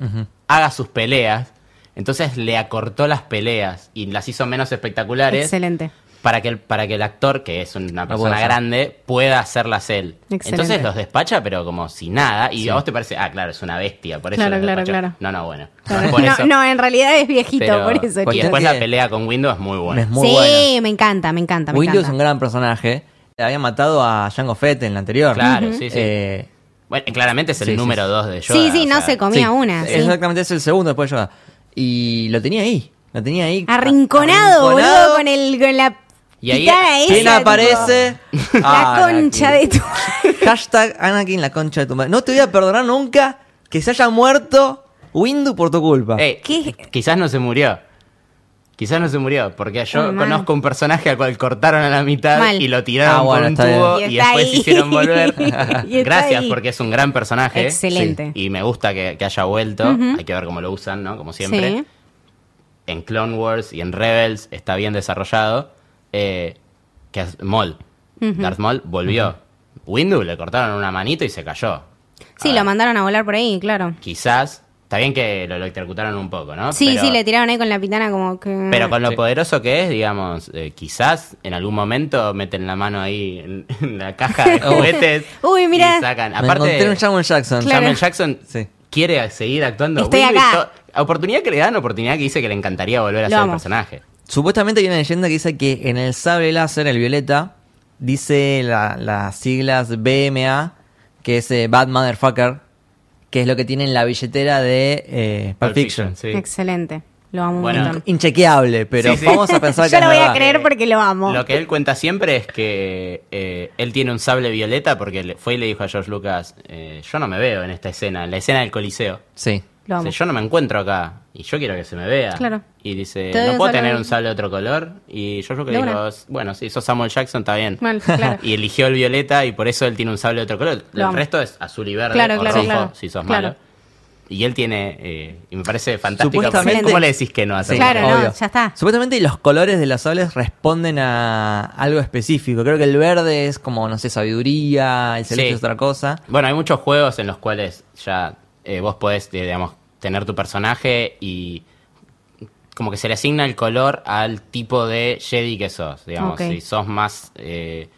[SPEAKER 3] haga sus peleas. Entonces le acortó las peleas y las hizo menos espectaculares
[SPEAKER 2] Excelente.
[SPEAKER 3] para que el, para que el actor, que es una persona
[SPEAKER 1] hacer.
[SPEAKER 3] grande, pueda hacerlas él.
[SPEAKER 2] Excelente.
[SPEAKER 3] Entonces los despacha, pero como si nada. Y a vos te parece, ah, claro, es una bestia, por eso
[SPEAKER 2] Claro,
[SPEAKER 3] los
[SPEAKER 2] claro,
[SPEAKER 3] despachó".
[SPEAKER 2] claro.
[SPEAKER 3] No, no, bueno. Por
[SPEAKER 2] No,
[SPEAKER 3] eso,
[SPEAKER 2] no, en realidad es viejito,
[SPEAKER 3] pero-
[SPEAKER 2] por eso.
[SPEAKER 1] Cuestión
[SPEAKER 3] Y
[SPEAKER 2] chico.
[SPEAKER 3] después la
[SPEAKER 1] que-
[SPEAKER 3] pelea con Windows es muy buena.
[SPEAKER 1] Es muy
[SPEAKER 2] sí,
[SPEAKER 1] bueno.
[SPEAKER 2] me encanta, me encanta, me
[SPEAKER 1] Windu es
[SPEAKER 2] encanta.
[SPEAKER 1] un gran personaje. Había matado a Jango Fett en la anterior.
[SPEAKER 3] Claro, Ujú. sí, sí.
[SPEAKER 1] Eh,
[SPEAKER 3] Bueno, claramente es el
[SPEAKER 1] Sí, sí,
[SPEAKER 3] número
[SPEAKER 1] sí.
[SPEAKER 3] 2 de Yoda.
[SPEAKER 2] sí, sí,
[SPEAKER 3] o
[SPEAKER 2] no
[SPEAKER 3] sea,
[SPEAKER 2] se comía
[SPEAKER 1] sí,
[SPEAKER 2] una. sí.
[SPEAKER 1] Exactamente, es el segundo después de Yoda. Y lo tenía ahí. Lo tenía ahí. Arrinconado.
[SPEAKER 2] Arrinconado, boludo, con, el, con la
[SPEAKER 3] Y ahí- Ah,
[SPEAKER 2] picada esa.
[SPEAKER 1] ¿Quién
[SPEAKER 2] tipo,
[SPEAKER 1] aparece? Ah,
[SPEAKER 2] La concha de tu...
[SPEAKER 1] tu... Hashtag Anakin, la concha de tu madre. No te voy a perdonar nunca que se haya muerto Windu por tu culpa.
[SPEAKER 3] Ey,
[SPEAKER 2] ¿Qué?
[SPEAKER 3] Quizás no se murió. Quizás no se murió, porque yo
[SPEAKER 2] Uy, mal.
[SPEAKER 3] conozco un personaje al cual cortaron a la mitad
[SPEAKER 2] Mal.
[SPEAKER 3] y lo tiraron
[SPEAKER 1] Ah,
[SPEAKER 3] por
[SPEAKER 1] bueno,
[SPEAKER 3] un
[SPEAKER 1] está
[SPEAKER 3] tubo
[SPEAKER 2] bien.
[SPEAKER 3] y,
[SPEAKER 2] Y está
[SPEAKER 3] después
[SPEAKER 2] ahí.
[SPEAKER 3] hicieron volver.
[SPEAKER 2] [LAUGHS] Y está
[SPEAKER 3] [LAUGHS] Gracias,
[SPEAKER 2] ahí.
[SPEAKER 3] porque es un gran personaje.
[SPEAKER 2] Excelente.
[SPEAKER 3] Sí. Y me gusta que, que haya vuelto. Hay que ver cómo lo usan, ¿no? Como siempre.
[SPEAKER 2] Sí.
[SPEAKER 3] En Clone Wars y en Rebels está bien desarrollado. eh, que es Maul. Darth Maul volvió. Windu le cortaron una manito y se cayó. A
[SPEAKER 2] Sí,
[SPEAKER 3] ver.
[SPEAKER 2] lo mandaron a volar por ahí, claro.
[SPEAKER 3] quizás. Está bien que lo electrocutaron un poco, ¿no?
[SPEAKER 2] Sí,
[SPEAKER 3] Ah, Pero-
[SPEAKER 2] sí, le tiraron ahí con la pitana como que...
[SPEAKER 3] Pero con lo
[SPEAKER 1] Sí.
[SPEAKER 3] poderoso que es, digamos, eh, quizás en algún momento meten la mano ahí en, [LAUGHS] en la caja
[SPEAKER 1] [LAUGHS]
[SPEAKER 3] de juguetes.
[SPEAKER 2] Uy, mirá.
[SPEAKER 3] Y sacan.
[SPEAKER 1] Me encontré un
[SPEAKER 3] Aparte,
[SPEAKER 1] Samuel Jackson.
[SPEAKER 2] Claro.
[SPEAKER 3] Samuel Jackson
[SPEAKER 1] Sí.
[SPEAKER 3] quiere seguir actuando.
[SPEAKER 2] Estoy
[SPEAKER 3] Will
[SPEAKER 2] acá.
[SPEAKER 3] Smith, to- oportunidad que le dan, oportunidad que dice que le encantaría volver
[SPEAKER 2] Lo
[SPEAKER 3] a ser el
[SPEAKER 2] amo.
[SPEAKER 3] personaje.
[SPEAKER 1] Supuestamente hay una leyenda que dice que en el sable láser, el violeta, dice la- las siglas BMA, que es eh, Bad Motherfucker, que es lo que tiene en la billetera de eh, Pulp Fiction.
[SPEAKER 3] sí.
[SPEAKER 2] Excelente, lo amo
[SPEAKER 3] Bueno,
[SPEAKER 2] un montón.
[SPEAKER 1] Inchequeable, pero
[SPEAKER 3] Sí, sí.
[SPEAKER 1] vamos a
[SPEAKER 2] [LAUGHS]
[SPEAKER 1] pensar que
[SPEAKER 2] Yo
[SPEAKER 1] es
[SPEAKER 2] lo voy a
[SPEAKER 1] verdad.
[SPEAKER 2] creer porque lo amo.
[SPEAKER 3] Lo que él cuenta siempre es que eh, él tiene un sable violeta porque le- fue y le dijo a George Lucas, eh, yo no me veo en esta escena, en la escena del Coliseo.
[SPEAKER 1] Sí.
[SPEAKER 2] Lo amo.
[SPEAKER 3] Dice, yo no me encuentro acá y yo quiero que se me vea.
[SPEAKER 2] Claro.
[SPEAKER 3] Y dice,
[SPEAKER 2] Te doy
[SPEAKER 3] no
[SPEAKER 2] un
[SPEAKER 3] puedo
[SPEAKER 2] sable
[SPEAKER 3] tener
[SPEAKER 2] de-
[SPEAKER 3] un sable de otro color. Y yo creo que
[SPEAKER 2] De
[SPEAKER 3] dijo,
[SPEAKER 2] una.
[SPEAKER 3] bueno, sí, sos Samuel Jackson, está bien.
[SPEAKER 2] Mal, claro.
[SPEAKER 3] [LAUGHS] Y eligió el violeta y por eso él tiene un sable de otro color.
[SPEAKER 2] Lo
[SPEAKER 3] el
[SPEAKER 2] amo.
[SPEAKER 3] resto es azul y verde
[SPEAKER 2] Claro,
[SPEAKER 3] o
[SPEAKER 2] claro,
[SPEAKER 3] rojo
[SPEAKER 2] claro.
[SPEAKER 3] si sos
[SPEAKER 2] Claro.
[SPEAKER 3] malo. Y él tiene, eh, y me parece fantástico.
[SPEAKER 1] Supuestamente-
[SPEAKER 3] ¿Cómo le decís que no a
[SPEAKER 1] Sí,
[SPEAKER 3] Samuel
[SPEAKER 2] Claro,
[SPEAKER 3] Jackson?
[SPEAKER 2] no, ya está.
[SPEAKER 1] Supuestamente los colores de los sables responden a algo específico. Creo que el verde es como, no sé, sabiduría, el celeste
[SPEAKER 3] Sí.
[SPEAKER 1] es otra cosa.
[SPEAKER 3] Bueno, hay muchos juegos en los cuales ya eh, vos podés, eh, digamos, tener tu personaje y como que se le asigna el color al tipo de Jedi que sos, digamos.
[SPEAKER 2] Ok.
[SPEAKER 3] Si sos más eh,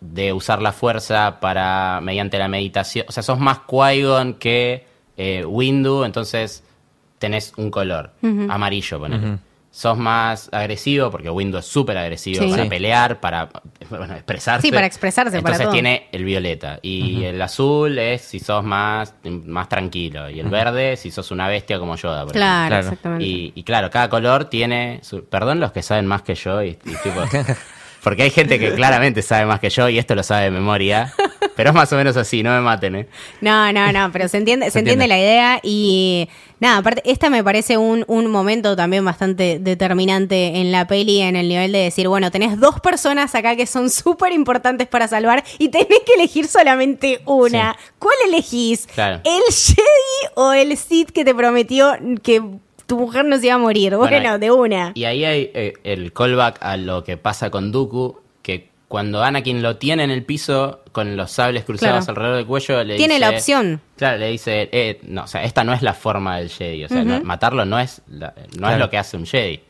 [SPEAKER 3] de usar la fuerza para mediante la meditación, o sea, sos más Qui-Gon que eh, Windu, entonces tenés un color, amarillo, ponele. sos más agresivo, porque Windu es súper agresivo
[SPEAKER 2] Sí.
[SPEAKER 3] para
[SPEAKER 1] Sí.
[SPEAKER 3] pelear, para [LAUGHS] bueno, expresarse.
[SPEAKER 2] Sí, para expresarse, para
[SPEAKER 3] Entonces
[SPEAKER 2] todo.
[SPEAKER 3] tiene el violeta. Y el azul es si sos más, más tranquilo. Y el verde si sos una bestia como Yoda. por ejemplo.
[SPEAKER 2] Claro,
[SPEAKER 1] Claro.
[SPEAKER 2] exactamente.
[SPEAKER 3] Y, y claro, cada color tiene su- Perdón los que saben más que yo y, y
[SPEAKER 2] [LAUGHS]
[SPEAKER 3] tipo... Porque hay gente que claramente sabe más que yo y esto lo sabe de memoria. Pero es más o menos así, no me maten, ¿eh?
[SPEAKER 2] No, no, no, pero se entiende, se, entiende.
[SPEAKER 3] entiende.
[SPEAKER 2] la idea y nada, aparte, esta me parece un, un momento también bastante determinante en la peli, en el nivel de decir, bueno, tenés dos personas acá que son súper importantes para salvar y tenés que elegir solamente una. ¿Cuál elegís?
[SPEAKER 3] Claro.
[SPEAKER 2] ¿El Jedi o el Sith que te prometió que tu mujer no se iba a morir? Bueno,
[SPEAKER 3] Bueno,
[SPEAKER 2] de una.
[SPEAKER 3] Y ahí hay eh, el callback a lo que pasa con Dooku, que cuando Anakin lo tiene en el piso con los sables cruzados
[SPEAKER 2] Claro.
[SPEAKER 3] alrededor del cuello, le
[SPEAKER 2] Tiene
[SPEAKER 3] dice-
[SPEAKER 2] la opción.
[SPEAKER 3] Claro, le dice, eh, no, o sea, esta no es la forma del Jedi, o sea, no- matarlo no es la- no es
[SPEAKER 1] Claro.
[SPEAKER 3] lo que hace un Jedi.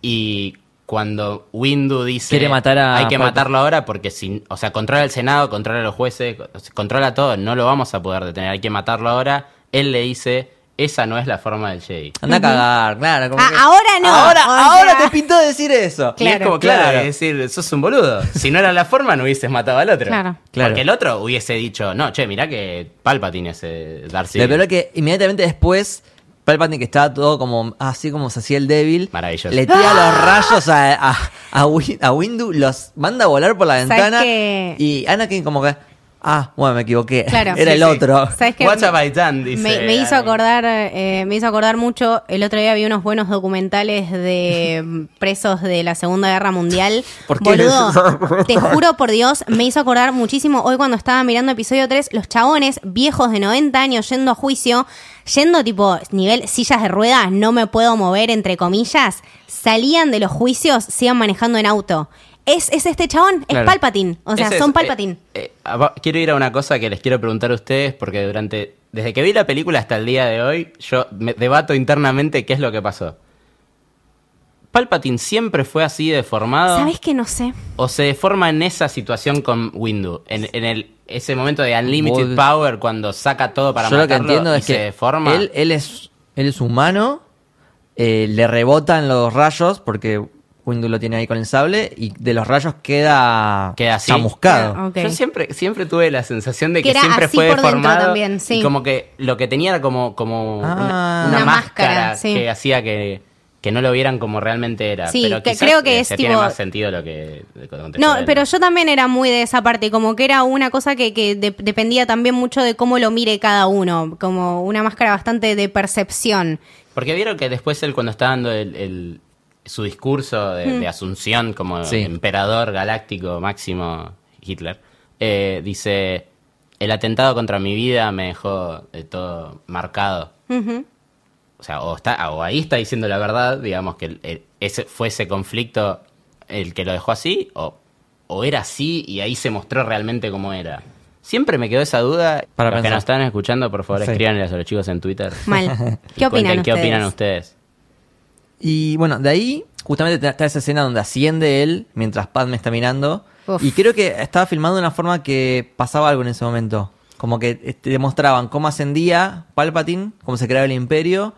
[SPEAKER 3] Y cuando Windu dice,
[SPEAKER 1] Quiere matar a
[SPEAKER 3] hay que
[SPEAKER 1] Palpa-
[SPEAKER 3] matarlo ahora porque si, o sea, controla el Senado, controla a los jueces, co- controla todo, no lo vamos a poder detener, hay que matarlo ahora. Él le dice, esa no es la forma del Jedi.
[SPEAKER 1] Anda a cagar, claro. como
[SPEAKER 2] Ah,
[SPEAKER 1] que-
[SPEAKER 2] ahora no,
[SPEAKER 1] Ahora,
[SPEAKER 2] o sea-
[SPEAKER 1] ahora te pintó decir eso.
[SPEAKER 3] Y es como, claro, es decir, sos un boludo. Si no era la forma, no hubieses matado al otro.
[SPEAKER 2] Claro.
[SPEAKER 1] Claro.
[SPEAKER 3] Porque el otro hubiese dicho, no, che, mirá que Palpatine es eh, Darth
[SPEAKER 1] Lo
[SPEAKER 3] Sidious".
[SPEAKER 1] peor es que inmediatamente después, Palpatine, que estaba todo como así como se hacía el débil,
[SPEAKER 3] Maravilloso.
[SPEAKER 1] le tira
[SPEAKER 2] ¡Ah!
[SPEAKER 1] los rayos a, a, a Win- a Windu, los manda a volar por la
[SPEAKER 2] ¿Sabes
[SPEAKER 1] ventana.
[SPEAKER 2] qué?
[SPEAKER 1] Y Anakin, como que, ah, bueno, me equivoqué.
[SPEAKER 2] Claro.
[SPEAKER 1] Era el
[SPEAKER 2] Sí,
[SPEAKER 3] sí.
[SPEAKER 1] otro.
[SPEAKER 2] ¿Sabes qué?
[SPEAKER 3] What have I done? Dice
[SPEAKER 2] me, me hizo
[SPEAKER 3] Anakin.
[SPEAKER 2] acordar eh, me hizo acordar mucho el otro día vi unos buenos documentales de mm, presos de la segunda guerra mundial
[SPEAKER 1] [LAUGHS] ¿Por qué
[SPEAKER 2] boludo
[SPEAKER 1] les-
[SPEAKER 2] te juro por dios me hizo acordar muchísimo hoy cuando estaba mirando episodio 3 los chabones viejos de 90 años yendo a juicio yendo tipo nivel sillas de ruedas no me puedo mover entre comillas salían de los juicios sigan manejando en auto es, es este chabón, es
[SPEAKER 1] Claro.
[SPEAKER 2] Palpatín. O sea,
[SPEAKER 3] Ese es-
[SPEAKER 2] son
[SPEAKER 3] eh,
[SPEAKER 2] Palpatín.
[SPEAKER 3] eh, abo- quiero ir a una cosa que les quiero preguntar a ustedes, porque durante. Desde que vi la película hasta el día de hoy, yo me debato internamente qué es lo que pasó. ¿Palpatine siempre fue así deformado?
[SPEAKER 2] ¿Sabes que no sé?
[SPEAKER 3] ¿O se deforma en esa situación con Windu? En, en el, ese momento de Unlimited
[SPEAKER 1] Vol-
[SPEAKER 3] Power cuando saca todo para
[SPEAKER 1] Yo lo que
[SPEAKER 3] matarlo
[SPEAKER 1] entiendo
[SPEAKER 3] y
[SPEAKER 1] es
[SPEAKER 3] se
[SPEAKER 1] que
[SPEAKER 3] deforma.
[SPEAKER 1] él, él es, él es humano, eh, le rebotan los rayos porque Windu lo tiene ahí con el sable y de los rayos queda,
[SPEAKER 3] Queda así.
[SPEAKER 1] chamuscado.
[SPEAKER 2] Queda- ok.
[SPEAKER 3] Yo siempre, siempre tuve la sensación de
[SPEAKER 2] Que
[SPEAKER 3] que,
[SPEAKER 2] era
[SPEAKER 3] siempre
[SPEAKER 2] así
[SPEAKER 3] fue
[SPEAKER 2] por dentro
[SPEAKER 3] deformado.
[SPEAKER 2] también, sí.
[SPEAKER 3] Y como que lo que tenía era como, como una-
[SPEAKER 1] Ah.
[SPEAKER 3] una,
[SPEAKER 2] Una máscara,
[SPEAKER 3] máscara,
[SPEAKER 2] sí.
[SPEAKER 3] que hacía que, que no lo vieran como realmente era.
[SPEAKER 2] Sí,
[SPEAKER 3] pero
[SPEAKER 2] que
[SPEAKER 3] quizás,
[SPEAKER 2] creo que
[SPEAKER 3] eh,
[SPEAKER 2] es
[SPEAKER 3] se tiene
[SPEAKER 2] tipo-
[SPEAKER 3] más sentido lo que lo que contestó
[SPEAKER 2] No,
[SPEAKER 3] él.
[SPEAKER 2] pero yo también era muy de esa parte, como que era una cosa que, que de- dependía también mucho de cómo lo mire cada uno, como una máscara bastante de percepción.
[SPEAKER 3] Porque vieron que después él cuando está dando el, el- su discurso
[SPEAKER 2] Mm.
[SPEAKER 3] de, de asunción como
[SPEAKER 1] Sí.
[SPEAKER 3] emperador galáctico máximo Hitler, eh, dice, el atentado contra mi vida me dejó eh, todo marcado. O sea, o, está, o ahí está diciendo la verdad, digamos que el- el- ese fue ese conflicto el que lo dejó así, o, o era así y ahí se mostró realmente cómo era. Siempre me quedó esa duda.
[SPEAKER 1] Para
[SPEAKER 3] Los que
[SPEAKER 1] pensar.
[SPEAKER 3] nos están escuchando, por favor,
[SPEAKER 1] Sí.
[SPEAKER 3] escríbanle a los chicos en Twitter.
[SPEAKER 2] [LAUGHS]
[SPEAKER 3] [LAUGHS]
[SPEAKER 2] Mal. ¿Qué
[SPEAKER 3] Y
[SPEAKER 2] opinan
[SPEAKER 3] cuenten ¿Qué
[SPEAKER 2] ustedes?
[SPEAKER 3] opinan ustedes?
[SPEAKER 1] Y bueno, de ahí justamente ta- está esa escena donde asciende él mientras Padme está mirando.
[SPEAKER 2] Uf.
[SPEAKER 1] Y creo que estaba filmado de una forma que pasaba algo en ese momento. Como que eh, te demostraban cómo ascendía Palpatine, cómo se creaba el imperio.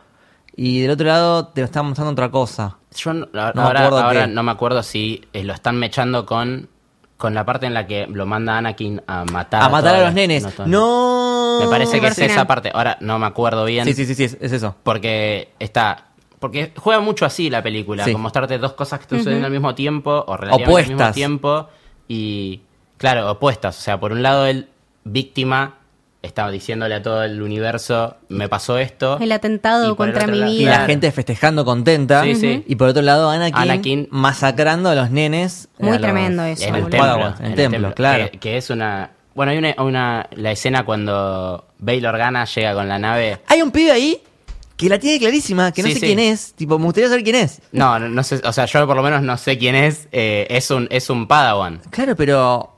[SPEAKER 1] Y del otro lado te estaban mostrando otra cosa.
[SPEAKER 3] Yo no,
[SPEAKER 1] No me
[SPEAKER 3] ahora,
[SPEAKER 1] acuerdo
[SPEAKER 3] ahora
[SPEAKER 1] qué.
[SPEAKER 3] no me acuerdo si eh, lo están mechando con, con la parte en la que lo manda Anakin a matar
[SPEAKER 1] a matar a
[SPEAKER 3] todas
[SPEAKER 1] los
[SPEAKER 3] las-
[SPEAKER 1] nenes.
[SPEAKER 3] no, todas las-
[SPEAKER 1] No.
[SPEAKER 3] Me parece que es
[SPEAKER 2] Personal.
[SPEAKER 3] esa parte. Ahora no me acuerdo bien.
[SPEAKER 1] Sí, sí, sí, sí, es, es eso.
[SPEAKER 3] Porque está. Porque juega mucho así la película,
[SPEAKER 1] Sí.
[SPEAKER 3] con mostrarte dos cosas que te suceden al mismo tiempo o relativamente al mismo
[SPEAKER 1] Opuestas.
[SPEAKER 3] tiempo. Y claro, opuestas. O sea, por un lado, el víctima está diciéndole a todo el universo: Me pasó esto.
[SPEAKER 2] El atentado
[SPEAKER 3] Y por el
[SPEAKER 2] contra
[SPEAKER 3] otro
[SPEAKER 2] mi
[SPEAKER 3] lado-
[SPEAKER 1] Y
[SPEAKER 2] vida.
[SPEAKER 1] la
[SPEAKER 3] Claro.
[SPEAKER 1] gente festejando contenta.
[SPEAKER 3] Sí, sí.
[SPEAKER 1] Y por otro lado, Anakin,
[SPEAKER 3] Anakin.
[SPEAKER 1] masacrando a los nenes.
[SPEAKER 2] Muy
[SPEAKER 1] a los-
[SPEAKER 2] tremendo eso,
[SPEAKER 3] En el
[SPEAKER 2] boludo.
[SPEAKER 3] templo.
[SPEAKER 1] Padawans, en el
[SPEAKER 3] el
[SPEAKER 1] templo, claro.
[SPEAKER 3] Que, que es una. Bueno, hay una, una- La escena cuando Bail Organa llega con la nave.
[SPEAKER 1] Hay un pibe ahí que la tiene clarísima, que no
[SPEAKER 3] Sí,
[SPEAKER 1] sé
[SPEAKER 3] sí.
[SPEAKER 1] quién es. Tipo, me gustaría saber quién es.
[SPEAKER 3] No, no, no sé. O sea, yo por lo menos no sé quién es. eh, es, un, es un Padawan.
[SPEAKER 1] Claro, pero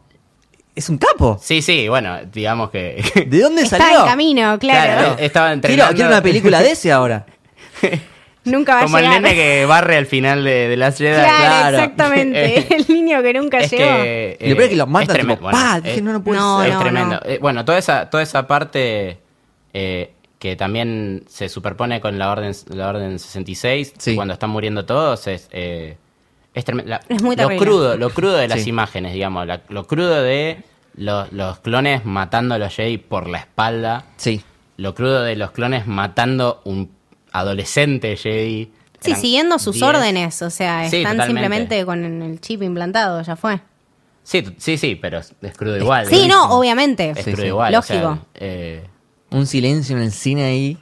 [SPEAKER 1] es un capo.
[SPEAKER 3] Sí, sí, bueno, digamos que. [LAUGHS]
[SPEAKER 1] ¿De dónde
[SPEAKER 2] Está
[SPEAKER 1] salió?
[SPEAKER 2] en camino, claro.
[SPEAKER 3] Claro. eh, Estaba
[SPEAKER 1] quiero,
[SPEAKER 3] entrenando.
[SPEAKER 1] quiero una película de ese
[SPEAKER 3] [LAUGHS]
[SPEAKER 1] ahora.
[SPEAKER 2] Nunca va
[SPEAKER 3] como
[SPEAKER 2] a
[SPEAKER 3] el
[SPEAKER 2] llegar. [LAUGHS]
[SPEAKER 3] nene que barre al final de, de Last Jedi.
[SPEAKER 2] claro,
[SPEAKER 1] claro.
[SPEAKER 3] [LAUGHS]
[SPEAKER 2] exactamente. [LAUGHS] el niño que nunca
[SPEAKER 3] Es
[SPEAKER 2] llegó.
[SPEAKER 3] que.
[SPEAKER 1] y lo peor es que los
[SPEAKER 3] Eh, es
[SPEAKER 1] matan, tipo,
[SPEAKER 3] tremendo. Bueno, eh,
[SPEAKER 1] pa,
[SPEAKER 3] es-
[SPEAKER 1] dije, no, no puede
[SPEAKER 2] No,
[SPEAKER 1] ser.
[SPEAKER 3] es tremendo. Eh, bueno, toda esa, toda esa parte eh, que también se superpone con la Orden, la orden 66,
[SPEAKER 1] Sí.
[SPEAKER 3] cuando están muriendo todos, es, eh, es, trem- la-
[SPEAKER 2] Es muy
[SPEAKER 3] lo
[SPEAKER 2] terrible.
[SPEAKER 3] crudo, lo crudo de las
[SPEAKER 1] Sí.
[SPEAKER 3] imágenes, digamos, la- lo crudo de los, los clones matando a los Jedi por la espalda,
[SPEAKER 1] Sí.
[SPEAKER 3] lo crudo de los clones matando un adolescente Jedi.
[SPEAKER 2] Sí,
[SPEAKER 3] Eran
[SPEAKER 2] siguiendo sus
[SPEAKER 3] 10.
[SPEAKER 2] órdenes, o sea,
[SPEAKER 3] Sí,
[SPEAKER 2] están
[SPEAKER 3] totalmente.
[SPEAKER 2] simplemente con el chip implantado, ya fue.
[SPEAKER 3] Sí, t- sí, sí, pero es es crudo igual.
[SPEAKER 2] Sí, no,
[SPEAKER 3] obviamente.
[SPEAKER 2] obviamente.
[SPEAKER 3] Es
[SPEAKER 1] Sí,
[SPEAKER 3] crudo
[SPEAKER 1] sí.
[SPEAKER 3] igual. o sea,
[SPEAKER 2] Lógico. [LAUGHS]
[SPEAKER 3] eh,
[SPEAKER 1] Un silencio en el cine ahí.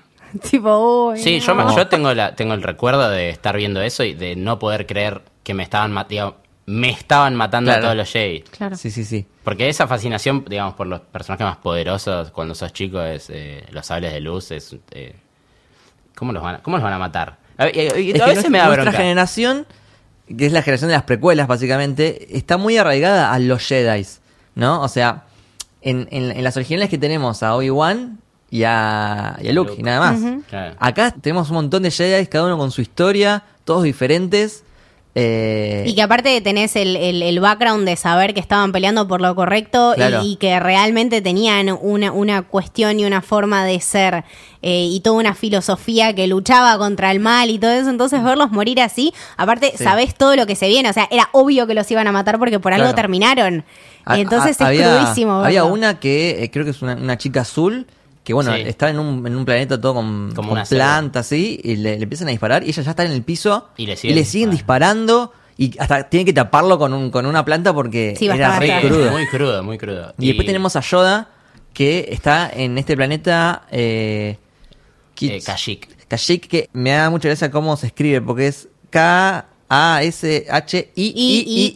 [SPEAKER 2] Tipo, uy,
[SPEAKER 3] Sí, yo,
[SPEAKER 2] no.
[SPEAKER 3] me- yo tengo, la, tengo el recuerdo de estar viendo eso y de no poder creer que me estaban matando. Me estaban matando a
[SPEAKER 1] Claro.
[SPEAKER 3] todos los Jedi.
[SPEAKER 2] Claro.
[SPEAKER 1] Sí, sí, sí.
[SPEAKER 3] Porque esa fascinación, digamos, por los personajes más poderosos cuando sos chico es eh, los sables de luz. Es, eh, ¿cómo, los van a, ¿Cómo los van a matar? A, eh, y- y- y
[SPEAKER 1] Es
[SPEAKER 3] a
[SPEAKER 1] que
[SPEAKER 3] veces
[SPEAKER 1] nuestra-
[SPEAKER 3] me da
[SPEAKER 1] nuestra
[SPEAKER 3] bronca.
[SPEAKER 1] generación, que es la generación de las precuelas, básicamente, está muy arraigada a los Jedi, ¿no? O sea, en, en- en las originales que tenemos a Obi-Wan y a, y a Luke,
[SPEAKER 3] Luke.
[SPEAKER 1] y nada más.
[SPEAKER 3] Claro.
[SPEAKER 1] Acá tenemos un montón de Jedi, cada uno con su historia, todos diferentes. eh,
[SPEAKER 2] Y que aparte tenés el, el- el background de saber que estaban peleando por lo correcto y-
[SPEAKER 1] Claro.
[SPEAKER 2] y, que realmente tenían una, una cuestión y una forma de ser eh, y toda una filosofía que luchaba contra el mal y todo eso. Entonces verlos morir así, aparte
[SPEAKER 1] Mm. Sí.
[SPEAKER 2] sabés todo lo que se viene. O sea, era obvio que los iban a matar porque por algo
[SPEAKER 1] Claro.
[SPEAKER 2] terminaron.
[SPEAKER 1] a-
[SPEAKER 2] Entonces
[SPEAKER 1] a-
[SPEAKER 2] es
[SPEAKER 1] Ah, había,
[SPEAKER 2] crudísimo.
[SPEAKER 1] Había
[SPEAKER 2] verlo.
[SPEAKER 1] una que eh, creo que es una, una chica azul. Que bueno,
[SPEAKER 3] Sí.
[SPEAKER 1] está en un, en un planeta todo con,
[SPEAKER 3] Como
[SPEAKER 1] con
[SPEAKER 3] una selva.
[SPEAKER 1] plantas, ¿sí? Y le, le empiezan a disparar y ella ya está en el piso.
[SPEAKER 3] Y le siguen
[SPEAKER 1] disparando. Y hasta tienen que taparlo con, un, con una planta porque
[SPEAKER 2] Sí, basta,
[SPEAKER 1] era
[SPEAKER 3] Sí,
[SPEAKER 1] re
[SPEAKER 2] basta.
[SPEAKER 1] crudo.
[SPEAKER 3] Muy crudo, muy eh, crudo.
[SPEAKER 1] Y, después tenemos a Yoda que está en este planeta. Eh,
[SPEAKER 3] eh,
[SPEAKER 1] Kits-
[SPEAKER 3] Kashyyyk.
[SPEAKER 1] Kashyyyk, que me da mucha gracia cómo se escribe, porque es K-A-S-H-I-I-I-I.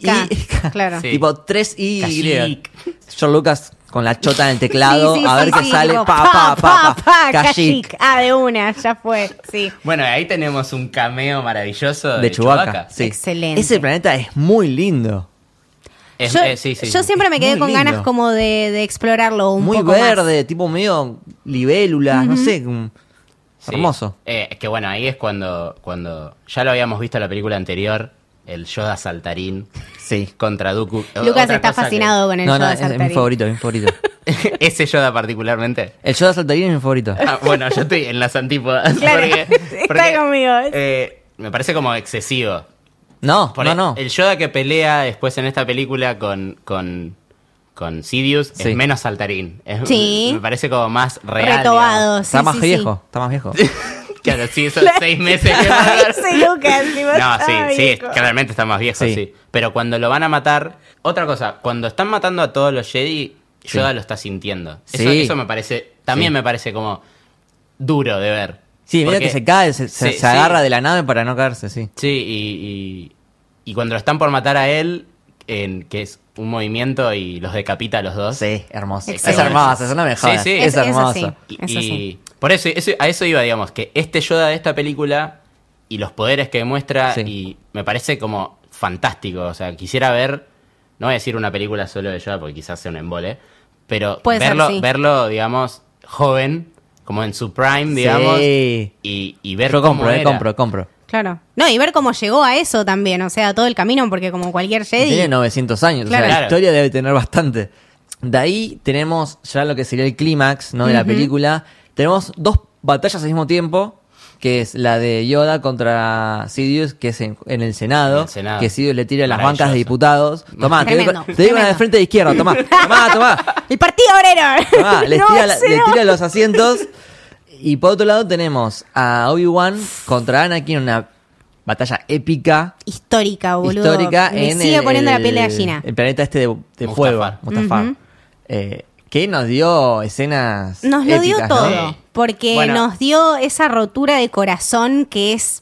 [SPEAKER 2] I, I, K. Claro.
[SPEAKER 3] Sí.
[SPEAKER 1] Tipo 3 I. Y.
[SPEAKER 3] Kashyyyk.
[SPEAKER 1] John Lucas con la chota en el teclado,
[SPEAKER 2] Sí, sí,
[SPEAKER 1] a
[SPEAKER 2] sí,
[SPEAKER 1] ver qué
[SPEAKER 2] sí,
[SPEAKER 1] sale.
[SPEAKER 2] tipo,
[SPEAKER 1] pa, pa, pa, pa,
[SPEAKER 2] Kashyyyk.
[SPEAKER 1] Kashyyyk.
[SPEAKER 2] Ah, de una, ya fue. Sí.
[SPEAKER 3] Bueno, ahí tenemos un cameo maravilloso de,
[SPEAKER 1] De Chewbacca.
[SPEAKER 3] Chewbacca.
[SPEAKER 1] Sí.
[SPEAKER 2] Excelente.
[SPEAKER 1] Ese planeta es muy lindo.
[SPEAKER 3] Es-
[SPEAKER 2] yo,
[SPEAKER 3] eh, sí, sí.
[SPEAKER 2] yo siempre me quedé
[SPEAKER 1] Muy
[SPEAKER 2] con
[SPEAKER 1] lindo.
[SPEAKER 2] ganas como de, de explorarlo un
[SPEAKER 1] muy
[SPEAKER 2] poco más.
[SPEAKER 1] verde, tipo medio libélula, no sé. como-
[SPEAKER 3] Sí.
[SPEAKER 1] Hermoso.
[SPEAKER 3] Eh, es que bueno, ahí es cuando, cuando ya lo habíamos visto en la película anterior, el Yoda saltarín
[SPEAKER 1] Sí.
[SPEAKER 3] contra Dooku. O-
[SPEAKER 2] Lucas
[SPEAKER 3] otra
[SPEAKER 2] está
[SPEAKER 3] cosa que-
[SPEAKER 2] fascinado con el
[SPEAKER 1] No,
[SPEAKER 2] Yoda
[SPEAKER 1] no, es, es mi
[SPEAKER 2] saltarín.
[SPEAKER 1] favorito, es mi favorito.
[SPEAKER 3] [LAUGHS] Ese Yoda particularmente.
[SPEAKER 1] El Yoda saltarín es mi
[SPEAKER 3] [LAUGHS]
[SPEAKER 1] favorito.
[SPEAKER 3] Ah, bueno, yo estoy en las antípodas.
[SPEAKER 2] [LAUGHS] Claro, está conmigo, es.
[SPEAKER 3] eh, me parece como excesivo.
[SPEAKER 1] No,
[SPEAKER 3] Por
[SPEAKER 1] no,
[SPEAKER 3] el-
[SPEAKER 1] no.
[SPEAKER 3] El Yoda que pelea después en esta película con, con, con Sidious
[SPEAKER 1] Sí.
[SPEAKER 3] es menos saltarín. Es-
[SPEAKER 2] Sí.
[SPEAKER 3] Me parece como más real.
[SPEAKER 2] Retobado. Oh, sí,
[SPEAKER 1] Está más
[SPEAKER 2] sí, sí.
[SPEAKER 1] viejo, está más viejo.
[SPEAKER 3] digamos. Claro,
[SPEAKER 2] [LAUGHS]
[SPEAKER 3] sí, esos seis meses que va a dar.
[SPEAKER 2] [LAUGHS] Sí, Lucas, si vos
[SPEAKER 3] No, sí,
[SPEAKER 2] estabas
[SPEAKER 3] sí,
[SPEAKER 2] viejo.
[SPEAKER 3] claramente está más viejo,
[SPEAKER 1] Sí.
[SPEAKER 3] sí. Pero cuando lo van a matar, otra cosa, cuando están matando a todos los Jedi, Yoda lo está sintiendo. Eso,
[SPEAKER 1] Sí.
[SPEAKER 3] eso me parece, también
[SPEAKER 1] Sí.
[SPEAKER 3] me parece como duro de ver.
[SPEAKER 1] Sí, mira
[SPEAKER 3] Porque-
[SPEAKER 1] que se cae, se, se-
[SPEAKER 3] Sí,
[SPEAKER 1] se agarra
[SPEAKER 3] sí.
[SPEAKER 1] de la nave para no caerse, sí.
[SPEAKER 3] Sí, y, y- y cuando lo están por matar a él, en, que es un movimiento y los decapita a los dos.
[SPEAKER 1] Sí, hermoso.
[SPEAKER 2] Excelente.
[SPEAKER 1] Es hermoso, eso no me
[SPEAKER 3] Sí,
[SPEAKER 1] jodas.
[SPEAKER 3] sí.
[SPEAKER 1] Es,
[SPEAKER 2] Eso- eso
[SPEAKER 1] hermoso.
[SPEAKER 2] sí.
[SPEAKER 3] Y,
[SPEAKER 2] Eso
[SPEAKER 3] y
[SPEAKER 2] sí.
[SPEAKER 3] por eso, eso- a eso iba, digamos, que este Yoda de esta película y los poderes que demuestra,
[SPEAKER 1] Sí.
[SPEAKER 3] y me parece como fantástico. O sea, quisiera ver, no voy a decir una película solo de Yoda porque quizás sea un embole, pero
[SPEAKER 2] Puede ser,
[SPEAKER 3] verlo,
[SPEAKER 2] sí.
[SPEAKER 3] verlo, digamos, joven, como en su prime, digamos,
[SPEAKER 1] Sí.
[SPEAKER 3] y, y ver
[SPEAKER 1] Yo
[SPEAKER 3] cómo
[SPEAKER 1] compro, eh,
[SPEAKER 3] era.
[SPEAKER 1] compro, compro.
[SPEAKER 2] Claro. No, y ver cómo llegó a eso también, o sea, todo el camino, porque como cualquier
[SPEAKER 1] Y Tiene
[SPEAKER 2] Jedi.
[SPEAKER 1] 900 años, o
[SPEAKER 2] Claro.
[SPEAKER 1] sea, la
[SPEAKER 3] Claro.
[SPEAKER 1] historia debe tener bastante. De ahí tenemos ya lo que sería el clímax ¿no? de la película. Tenemos dos batallas al mismo tiempo, que es la de Yoda contra Sidious, que es en, en el Senado,
[SPEAKER 3] En el Senado.
[SPEAKER 1] que Sidious le tira las
[SPEAKER 3] Maravilloso.
[SPEAKER 1] bancas de diputados. Tomá, te digo,
[SPEAKER 2] Tremendo,
[SPEAKER 1] te digo la de
[SPEAKER 2] tremendo.
[SPEAKER 1] frente e izquierda, tomá, tomá, tomá.
[SPEAKER 2] [LAUGHS] El partido obrero. [LAUGHS]
[SPEAKER 1] Ah, les,
[SPEAKER 2] No,
[SPEAKER 1] tira la-
[SPEAKER 2] ese
[SPEAKER 1] les
[SPEAKER 2] no.
[SPEAKER 1] tira los asientos. Y por otro lado tenemos a Obi-Wan contra Anakin, una batalla épica,
[SPEAKER 2] Histórica, Ah, boludo.
[SPEAKER 1] histórica.
[SPEAKER 2] Me
[SPEAKER 1] en
[SPEAKER 2] sigue
[SPEAKER 1] el,
[SPEAKER 2] poniendo la piel de gallina.
[SPEAKER 1] El planeta este de, de
[SPEAKER 3] Mustafar.
[SPEAKER 1] fuego, Mustafar.
[SPEAKER 2] Ujú.
[SPEAKER 1] Eh, que nos dio escenas
[SPEAKER 2] Nos lo dio
[SPEAKER 1] épicas, ¿no?
[SPEAKER 2] todo,
[SPEAKER 3] Sí.
[SPEAKER 2] porque
[SPEAKER 3] Bueno.
[SPEAKER 2] nos dio esa rotura de corazón que es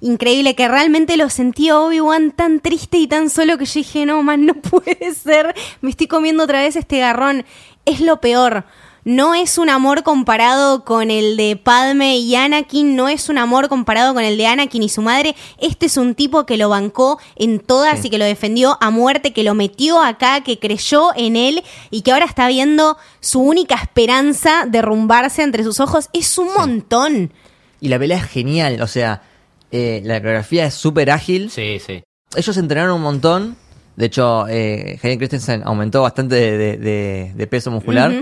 [SPEAKER 2] increíble, que realmente lo sentí a Obi-Wan tan triste y tan solo que yo dije, no, man, no [LAUGHS] puede ser, me estoy comiendo otra vez este garrón, es lo peor. No es un amor comparado con el de Padme y Anakin, no es un amor comparado con el de Anakin y su madre. Este es un tipo que lo bancó en todas y que lo defendió a muerte, que lo metió acá, que creyó en él y que ahora está viendo su única esperanza derrumbarse entre sus ojos. Es un montón.
[SPEAKER 1] Y la pelea es genial, o sea, eh, la coreografía es súper ágil.
[SPEAKER 3] Sí, sí.
[SPEAKER 1] Ellos entrenaron un montón. De hecho, eh, Hayden Christensen aumentó bastante de, de- de- de peso muscular.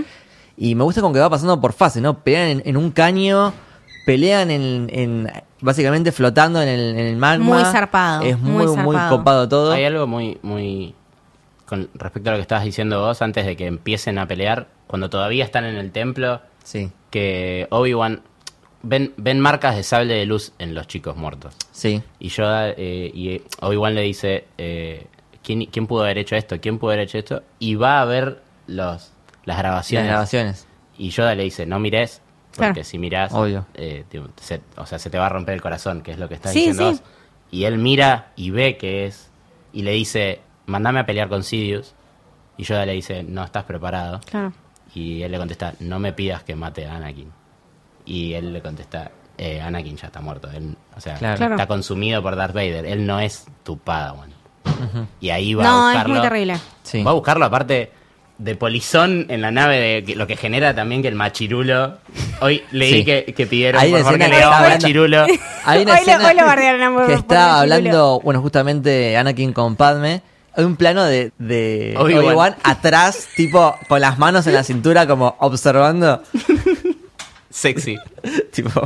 [SPEAKER 1] Y me gusta como que va pasando por fases, ¿no? Pelean en, en un caño, pelean en, en- básicamente flotando en el, en el magma.
[SPEAKER 2] Muy zarpado,
[SPEAKER 1] Es
[SPEAKER 2] muy
[SPEAKER 1] muy, muy,
[SPEAKER 2] zarpado.
[SPEAKER 1] copado todo.
[SPEAKER 3] Hay algo muy, muy. Con respecto a lo que estabas diciendo vos, antes de que empiecen a pelear, cuando todavía están en el templo,
[SPEAKER 1] Sí,
[SPEAKER 3] que Obi-Wan. Ven, ven marcas de sable de luz en los chicos muertos.
[SPEAKER 1] sí.
[SPEAKER 3] Y Yoda, eh, y eh, Obi-Wan le dice, eh, ¿quién, ¿quién pudo haber hecho esto? ¿Quién pudo haber hecho esto? Y va a ver los, las
[SPEAKER 1] Las
[SPEAKER 3] grabaciones.
[SPEAKER 1] grabaciones.
[SPEAKER 3] Y Yoda le dice, no mires, porque
[SPEAKER 2] Claro.
[SPEAKER 3] si mirás,
[SPEAKER 1] Obvio.
[SPEAKER 3] eh, te- se- o sea, se te va a romper el corazón, que es lo que está
[SPEAKER 2] Sí,
[SPEAKER 3] diciendo
[SPEAKER 2] sí.
[SPEAKER 3] vos. Y él mira y ve que es, y le dice, mandame a pelear con Sidious. Y Yoda le dice, no estás preparado.
[SPEAKER 2] Claro.
[SPEAKER 3] Y él le contesta, no me pidas que mate a Anakin. Y él le contesta, eh, Anakin ya está muerto. Él, o sea,
[SPEAKER 1] Claro.
[SPEAKER 2] Claro.
[SPEAKER 3] está consumido por Darth Vader. Él no es tu Padawan. Y ahí va a
[SPEAKER 2] No, es
[SPEAKER 3] buscarlo.
[SPEAKER 2] muy terrible.
[SPEAKER 1] Sí.
[SPEAKER 3] Va a buscarlo, aparte, de polizón en la nave, de que- lo que genera también que el machirulo... Hoy leí
[SPEAKER 1] Sí.
[SPEAKER 3] que, que pidieron,
[SPEAKER 1] Hay
[SPEAKER 3] por
[SPEAKER 1] una
[SPEAKER 3] favor, que
[SPEAKER 1] escena
[SPEAKER 3] le
[SPEAKER 1] que
[SPEAKER 3] haga un
[SPEAKER 1] está
[SPEAKER 3] machirulo.
[SPEAKER 2] [LAUGHS]
[SPEAKER 1] Hay una
[SPEAKER 2] Hoy lo-
[SPEAKER 1] escena
[SPEAKER 2] hoy lo bardearon a Murphy
[SPEAKER 1] que
[SPEAKER 2] por
[SPEAKER 1] está
[SPEAKER 2] decirlo.
[SPEAKER 1] hablando, bueno, justamente Anakin con Padme. Hay un plano de, de
[SPEAKER 3] Obi-Wan.
[SPEAKER 1] Obi-Wan atrás, tipo, con las manos en la cintura, como observando.
[SPEAKER 3] Sexy.
[SPEAKER 1] [LAUGHS] tipo,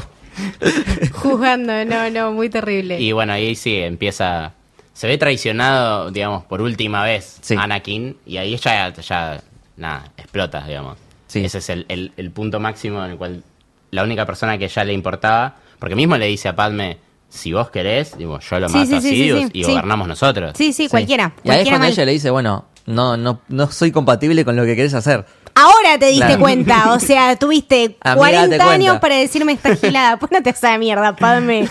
[SPEAKER 2] Juzgando, no, no, muy terrible.
[SPEAKER 3] Y bueno, ahí sí empieza. Se ve traicionado, digamos, por última vez
[SPEAKER 1] Sí.
[SPEAKER 3] Anakin. Y ahí ya, ya nada, explota, digamos.
[SPEAKER 1] Sí.
[SPEAKER 3] Ese es el, el- el punto máximo en el cual la única persona que ya le importaba. Porque mismo le dice a Padme: Si vos querés, digo, yo lo
[SPEAKER 2] Sí,
[SPEAKER 3] mato
[SPEAKER 2] sí,
[SPEAKER 3] a
[SPEAKER 2] sí, sí,
[SPEAKER 3] Sidious
[SPEAKER 2] sí,
[SPEAKER 3] y
[SPEAKER 2] sí.
[SPEAKER 3] gobernamos nosotros.
[SPEAKER 2] Sí, sí, cualquiera.
[SPEAKER 1] Y ahí es
[SPEAKER 2] cualquiera
[SPEAKER 1] cuando
[SPEAKER 2] mal.
[SPEAKER 1] ella le dice, bueno, no, no, no soy compatible con lo que querés hacer.
[SPEAKER 2] Ahora te diste
[SPEAKER 1] Claro.
[SPEAKER 2] cuenta, o sea, tuviste
[SPEAKER 1] Amiga, date
[SPEAKER 2] 40 años
[SPEAKER 1] cuenta.
[SPEAKER 2] para decirme esta gilada. [LAUGHS] Pues Pónate esa mierda, padme.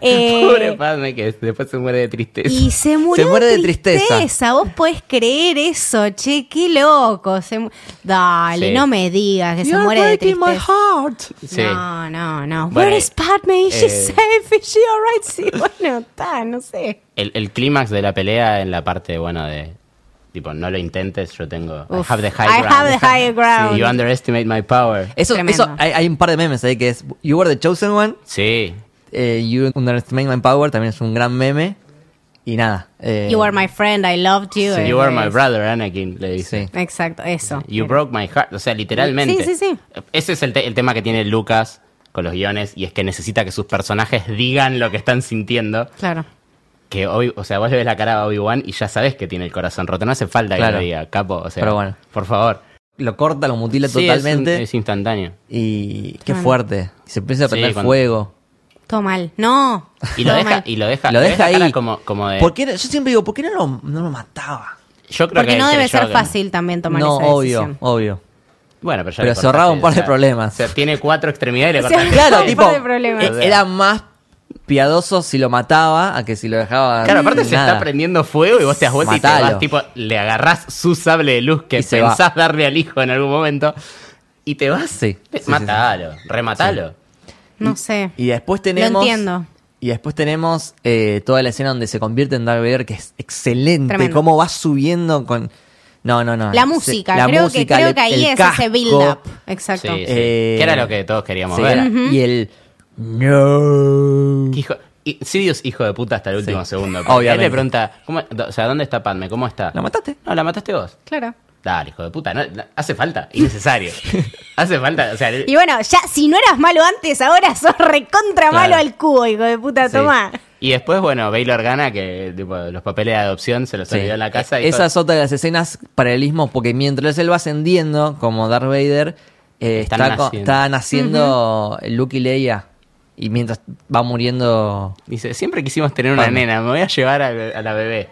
[SPEAKER 2] Eh,
[SPEAKER 3] Pobre Padme, que después se muere de tristeza.
[SPEAKER 2] Y se murió
[SPEAKER 1] Se muere de tristeza.
[SPEAKER 2] Vos podés creer eso, che, qué loco. Se mu- Dale,
[SPEAKER 3] Sí.
[SPEAKER 2] no me digas que se muere de tristeza.
[SPEAKER 3] Sí.
[SPEAKER 2] No, no, no.
[SPEAKER 3] Bueno,
[SPEAKER 2] Where is Padme? Is she
[SPEAKER 3] eh,
[SPEAKER 2] safe? Is she alright? Sí, [LAUGHS] bueno, está, no sé.
[SPEAKER 3] El, el clímax de la pelea en la parte, bueno, de. Tipo, no lo intentes, yo tengo.
[SPEAKER 2] Uf,
[SPEAKER 3] I have the high
[SPEAKER 2] I
[SPEAKER 3] ground.
[SPEAKER 2] have the
[SPEAKER 3] [LAUGHS]
[SPEAKER 2] high ground.
[SPEAKER 3] You underestimate my power.
[SPEAKER 1] Eso,
[SPEAKER 2] Tremendo.
[SPEAKER 1] eso hay, hay un par de memes ahí que es, You were the chosen one,
[SPEAKER 3] Sí.
[SPEAKER 1] eh, You underestimate my power, también es un gran meme. Y nada. eh,
[SPEAKER 2] You are my friend, I loved you.
[SPEAKER 3] So
[SPEAKER 2] eh,
[SPEAKER 3] you are my
[SPEAKER 2] es-
[SPEAKER 3] brother, Anakin, le dice.
[SPEAKER 1] Sí.
[SPEAKER 2] Exacto, eso.
[SPEAKER 3] You broke my heart. O sea, literalmente.
[SPEAKER 2] Sí, sí, sí.
[SPEAKER 3] Ese es el, te- el tema que tiene Lucas con los guiones y es que necesita que sus personajes digan lo que están sintiendo.
[SPEAKER 2] Claro.
[SPEAKER 3] Que hoy, o sea, vos le ves la cara a Obi-Wan y ya sabes que tiene el corazón roto. No hace falta que
[SPEAKER 1] Claro.
[SPEAKER 3] lo diga, capo. O sea,
[SPEAKER 1] Pero bueno.
[SPEAKER 3] por favor.
[SPEAKER 1] Lo corta, lo mutila
[SPEAKER 3] Sí, es un-
[SPEAKER 1] totalmente.
[SPEAKER 3] es instantáneo.
[SPEAKER 1] Y qué
[SPEAKER 2] Tremendo.
[SPEAKER 1] fuerte. Y se empieza a
[SPEAKER 3] Sí,
[SPEAKER 1] prender
[SPEAKER 3] cuando-
[SPEAKER 1] fuego.
[SPEAKER 2] Todo mal. No.
[SPEAKER 3] Y lo
[SPEAKER 2] todo
[SPEAKER 3] deja,
[SPEAKER 2] mal.
[SPEAKER 3] y lo deja,
[SPEAKER 1] lo
[SPEAKER 3] le
[SPEAKER 1] deja
[SPEAKER 3] ves la cara
[SPEAKER 1] ahí.
[SPEAKER 3] Como, como de,
[SPEAKER 1] ¿Por qué no- yo siempre digo, ¿por qué no lo, no lo mataba?
[SPEAKER 3] yo creo
[SPEAKER 2] Porque
[SPEAKER 3] que
[SPEAKER 2] no
[SPEAKER 3] que
[SPEAKER 2] debe
[SPEAKER 3] yo
[SPEAKER 2] ser
[SPEAKER 3] que-
[SPEAKER 2] fácil también tomar
[SPEAKER 1] no,
[SPEAKER 2] esa
[SPEAKER 1] obvio,
[SPEAKER 2] decisión.
[SPEAKER 1] obvio.
[SPEAKER 3] Bueno, pero ya
[SPEAKER 1] Pero
[SPEAKER 3] le
[SPEAKER 1] se ahorraba
[SPEAKER 3] cortaste,
[SPEAKER 1] un par de
[SPEAKER 3] o sea,
[SPEAKER 1] problemas.
[SPEAKER 3] O sea, tiene cuatro extremidades y le
[SPEAKER 2] O sea,
[SPEAKER 3] cortaste.
[SPEAKER 1] Claro,
[SPEAKER 2] Hay
[SPEAKER 1] tipo,
[SPEAKER 2] par de problemas.
[SPEAKER 1] eh, era más piadoso si lo mataba a que si lo dejaba.
[SPEAKER 3] Claro, aparte se
[SPEAKER 1] nada.
[SPEAKER 3] está prendiendo fuego y vos te das vuelta y te
[SPEAKER 1] Matalo.
[SPEAKER 3] vas, tipo, le agarrás su sable de luz que
[SPEAKER 1] Y se
[SPEAKER 3] pensás darle al hijo en algún momento y te vas.
[SPEAKER 1] Sí,
[SPEAKER 3] Te-
[SPEAKER 1] sí, sí,
[SPEAKER 3] matalo, rematalo.
[SPEAKER 2] No sé.
[SPEAKER 1] Y después tenemos.
[SPEAKER 2] Lo entiendo.
[SPEAKER 1] Y después tenemos eh, toda la escena donde se convierte en Darth Vader, que es excelente.
[SPEAKER 2] Tremendo.
[SPEAKER 1] Cómo va subiendo con. No, no, no.
[SPEAKER 2] La
[SPEAKER 1] Se-
[SPEAKER 2] música,
[SPEAKER 1] la
[SPEAKER 2] creo,
[SPEAKER 1] música,
[SPEAKER 2] que, creo
[SPEAKER 1] el-
[SPEAKER 2] que ahí
[SPEAKER 1] el
[SPEAKER 2] es ese
[SPEAKER 1] casco.
[SPEAKER 2] build up. Exacto.
[SPEAKER 3] Sí, sí.
[SPEAKER 1] Eh,
[SPEAKER 3] que era lo que todos queríamos
[SPEAKER 1] Sí,
[SPEAKER 3] ver.
[SPEAKER 1] era- Y el. No.
[SPEAKER 3] Que Hijo, y- Sidious, hijo de puta, hasta el último
[SPEAKER 1] Sí. [LAUGHS]
[SPEAKER 3] segundo. porque Él le
[SPEAKER 1] Obviamente.
[SPEAKER 3] pregunta, ¿cómo- o sea, ¿dónde está Padme? ¿Cómo está?
[SPEAKER 1] ¿La mataste?
[SPEAKER 3] No, la mataste vos.
[SPEAKER 2] Claro.
[SPEAKER 3] Dale, hijo de puta, no- no- hace falta,
[SPEAKER 2] [LAUGHS]
[SPEAKER 3] innecesario. hace falta, o sea,
[SPEAKER 2] Y bueno, ya si no eras malo antes, ahora [LAUGHS] sos recontra
[SPEAKER 3] Claro.
[SPEAKER 2] malo al cubo, hijo de puta,
[SPEAKER 3] Sí.
[SPEAKER 2] toma.
[SPEAKER 3] Y después, bueno, Baylor gana, que tipo, los papeles de adopción se los
[SPEAKER 1] Sí.
[SPEAKER 3] olvidó en la casa. Y
[SPEAKER 2] E-,
[SPEAKER 1] Esa
[SPEAKER 3] todo.
[SPEAKER 1] es otra de las escenas paralelismo, porque mientras él va ascendiendo como Darth Vader, eh,
[SPEAKER 3] Están
[SPEAKER 1] está, co-
[SPEAKER 3] naciendo.
[SPEAKER 1] están haciendo Luke y Leia. Y mientras va muriendo.
[SPEAKER 3] Dice, siempre quisimos tener una
[SPEAKER 1] Vamos.
[SPEAKER 3] nena, me voy a llevar a, a la bebé.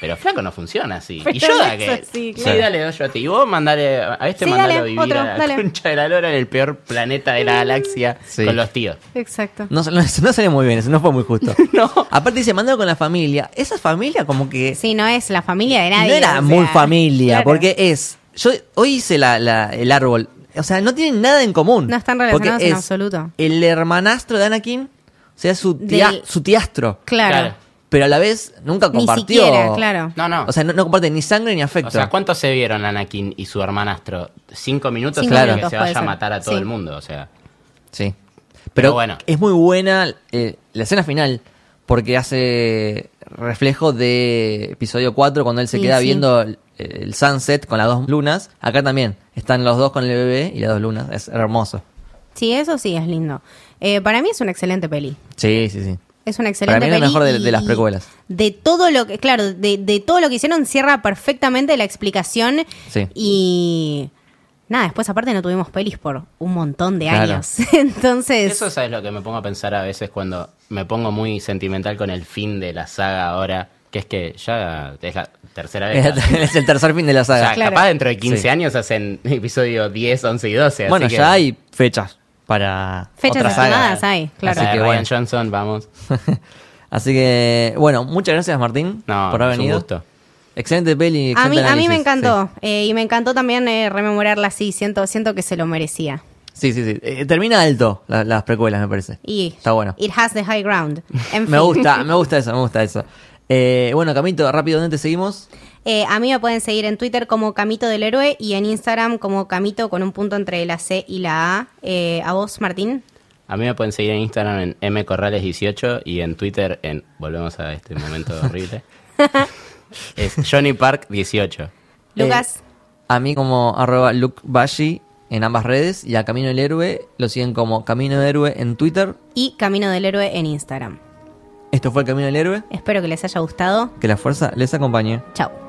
[SPEAKER 3] Pero flaco no funciona así.
[SPEAKER 2] Pero
[SPEAKER 3] y Yoda
[SPEAKER 2] eso
[SPEAKER 3] que...
[SPEAKER 2] sí,
[SPEAKER 3] Sí,
[SPEAKER 2] claro.
[SPEAKER 3] dale, doy yo a ti. Y vos mandale a este
[SPEAKER 2] Sí,
[SPEAKER 3] mandalo
[SPEAKER 2] dale,
[SPEAKER 3] a vivir
[SPEAKER 2] otro,
[SPEAKER 3] a la
[SPEAKER 2] dale.
[SPEAKER 3] concha de la lora en el peor planeta de la galaxia
[SPEAKER 1] Sí.
[SPEAKER 3] con los tíos.
[SPEAKER 2] Exacto.
[SPEAKER 1] No, no, no salió muy bien, eso no fue muy
[SPEAKER 2] [LAUGHS]
[SPEAKER 1] justo.
[SPEAKER 3] No.
[SPEAKER 1] Aparte dice, mandalo con la familia. Esa familia como que
[SPEAKER 2] Sí, no es la familia de nadie.
[SPEAKER 1] no era
[SPEAKER 2] o sea,
[SPEAKER 1] muy familia,
[SPEAKER 2] claro.
[SPEAKER 1] porque es... Yo hoy hice la- la- el árbol. O sea, no tienen nada en común.
[SPEAKER 2] No están
[SPEAKER 1] Porque
[SPEAKER 2] relacionados en
[SPEAKER 1] es
[SPEAKER 2] absoluto.
[SPEAKER 1] El hermanastro de Anakin, o sea, su, tía-
[SPEAKER 2] Del-
[SPEAKER 1] su tiastro.
[SPEAKER 2] Claro.
[SPEAKER 1] Pero a la vez nunca
[SPEAKER 2] Ni
[SPEAKER 1] compartió.
[SPEAKER 2] siquiera, claro.
[SPEAKER 3] No, no.
[SPEAKER 1] O sea, no, no comparte ni sangre ni afecto.
[SPEAKER 3] O sea, ¿cuántos se vieron Anakin y su hermanastro? Cinco minutos
[SPEAKER 2] Cinco
[SPEAKER 3] antes de
[SPEAKER 2] minutos
[SPEAKER 3] que se
[SPEAKER 2] puede
[SPEAKER 3] vaya a
[SPEAKER 2] ser.
[SPEAKER 3] matar a todo
[SPEAKER 2] Sí.
[SPEAKER 3] el mundo. O sea,
[SPEAKER 1] Sí. Pero,
[SPEAKER 3] Pero bueno.
[SPEAKER 1] es muy buena eh, la escena final porque hace reflejo de episodio 4 cuando él se
[SPEAKER 2] Sí,
[SPEAKER 1] queda
[SPEAKER 2] sí.
[SPEAKER 1] viendo el sunset con las dos lunas. Acá también están los dos con el bebé y las dos lunas. Es hermoso.
[SPEAKER 2] Sí, eso sí es lindo. Eh, para mí es una excelente peli.
[SPEAKER 1] Sí, sí, sí.
[SPEAKER 2] Es una excelente
[SPEAKER 1] Para mí es la
[SPEAKER 2] peli
[SPEAKER 1] mejor de-
[SPEAKER 2] y
[SPEAKER 1] de las precuelas.
[SPEAKER 2] De todo lo que, claro, de, de todo lo que hicieron cierra perfectamente la explicación.
[SPEAKER 1] Sí.
[SPEAKER 2] Y nada, después aparte no tuvimos pelis por un montón de
[SPEAKER 1] Claro.
[SPEAKER 2] años. [LAUGHS] Entonces,
[SPEAKER 3] Eso es lo que me pongo a pensar a veces cuando me pongo muy sentimental con el fin de la saga ahora, que es que ya es la tercera vez.
[SPEAKER 1] es el [LAUGHS] tercer fin de la
[SPEAKER 3] O
[SPEAKER 1] saga.
[SPEAKER 3] sea,
[SPEAKER 2] Claro.
[SPEAKER 3] capaz dentro de 15
[SPEAKER 1] Sí.
[SPEAKER 3] años hacen episodio 10, 11 y 12. así
[SPEAKER 1] bueno,
[SPEAKER 3] que-
[SPEAKER 1] ya hay fechas para
[SPEAKER 2] Fechas
[SPEAKER 1] otra saga.
[SPEAKER 2] estimadas hay, claro.
[SPEAKER 1] Así
[SPEAKER 3] Así que
[SPEAKER 1] que
[SPEAKER 3] Ryan
[SPEAKER 1] bueno.
[SPEAKER 3] Johnson, vamos.
[SPEAKER 1] [LAUGHS] Así que, bueno, muchas gracias Martín
[SPEAKER 3] No,
[SPEAKER 1] por haber
[SPEAKER 3] es un
[SPEAKER 1] venido.
[SPEAKER 3] gusto.
[SPEAKER 1] Excelente peli.
[SPEAKER 2] a
[SPEAKER 1] excelente
[SPEAKER 2] mí, a mí me
[SPEAKER 1] análisis,
[SPEAKER 2] encantó. Eh, y me encantó también eh, rememorarla así. Siento, siento que se lo merecía.
[SPEAKER 1] Sí, sí, sí. sí. Eh, termina alto la- las precuelas, me parece.
[SPEAKER 2] Y
[SPEAKER 1] Está bueno.
[SPEAKER 2] It has the
[SPEAKER 1] [LAUGHS]
[SPEAKER 2] high ground. En
[SPEAKER 1] Me
[SPEAKER 2] fin.
[SPEAKER 1] gusta, me gusta eso, me gusta eso. Eh, bueno, Camito, rápido, ¿dónde te seguimos?
[SPEAKER 2] [LAUGHS] Eh, a mí me pueden seguir en Twitter como Camito del Héroe y en Instagram como Camito con un punto entre la C y la A. Eh, a vos, Martín.
[SPEAKER 3] A mí me pueden seguir en Instagram en mcorrales18 y en Twitter en. Volvemos a este momento
[SPEAKER 2] [LAUGHS]
[SPEAKER 3] horrible. es Johnny Park 18.
[SPEAKER 2] Lucas.
[SPEAKER 1] A mí como arroba Luke Bashi en ambas redes y a Camino del Héroe lo siguen como Camino del Héroe en Twitter.
[SPEAKER 2] y Camino del Héroe en Instagram.
[SPEAKER 1] Esto fue el Camino del Héroe.
[SPEAKER 2] Espero que les haya gustado.
[SPEAKER 1] Que la fuerza les acompañe.
[SPEAKER 2] Chao.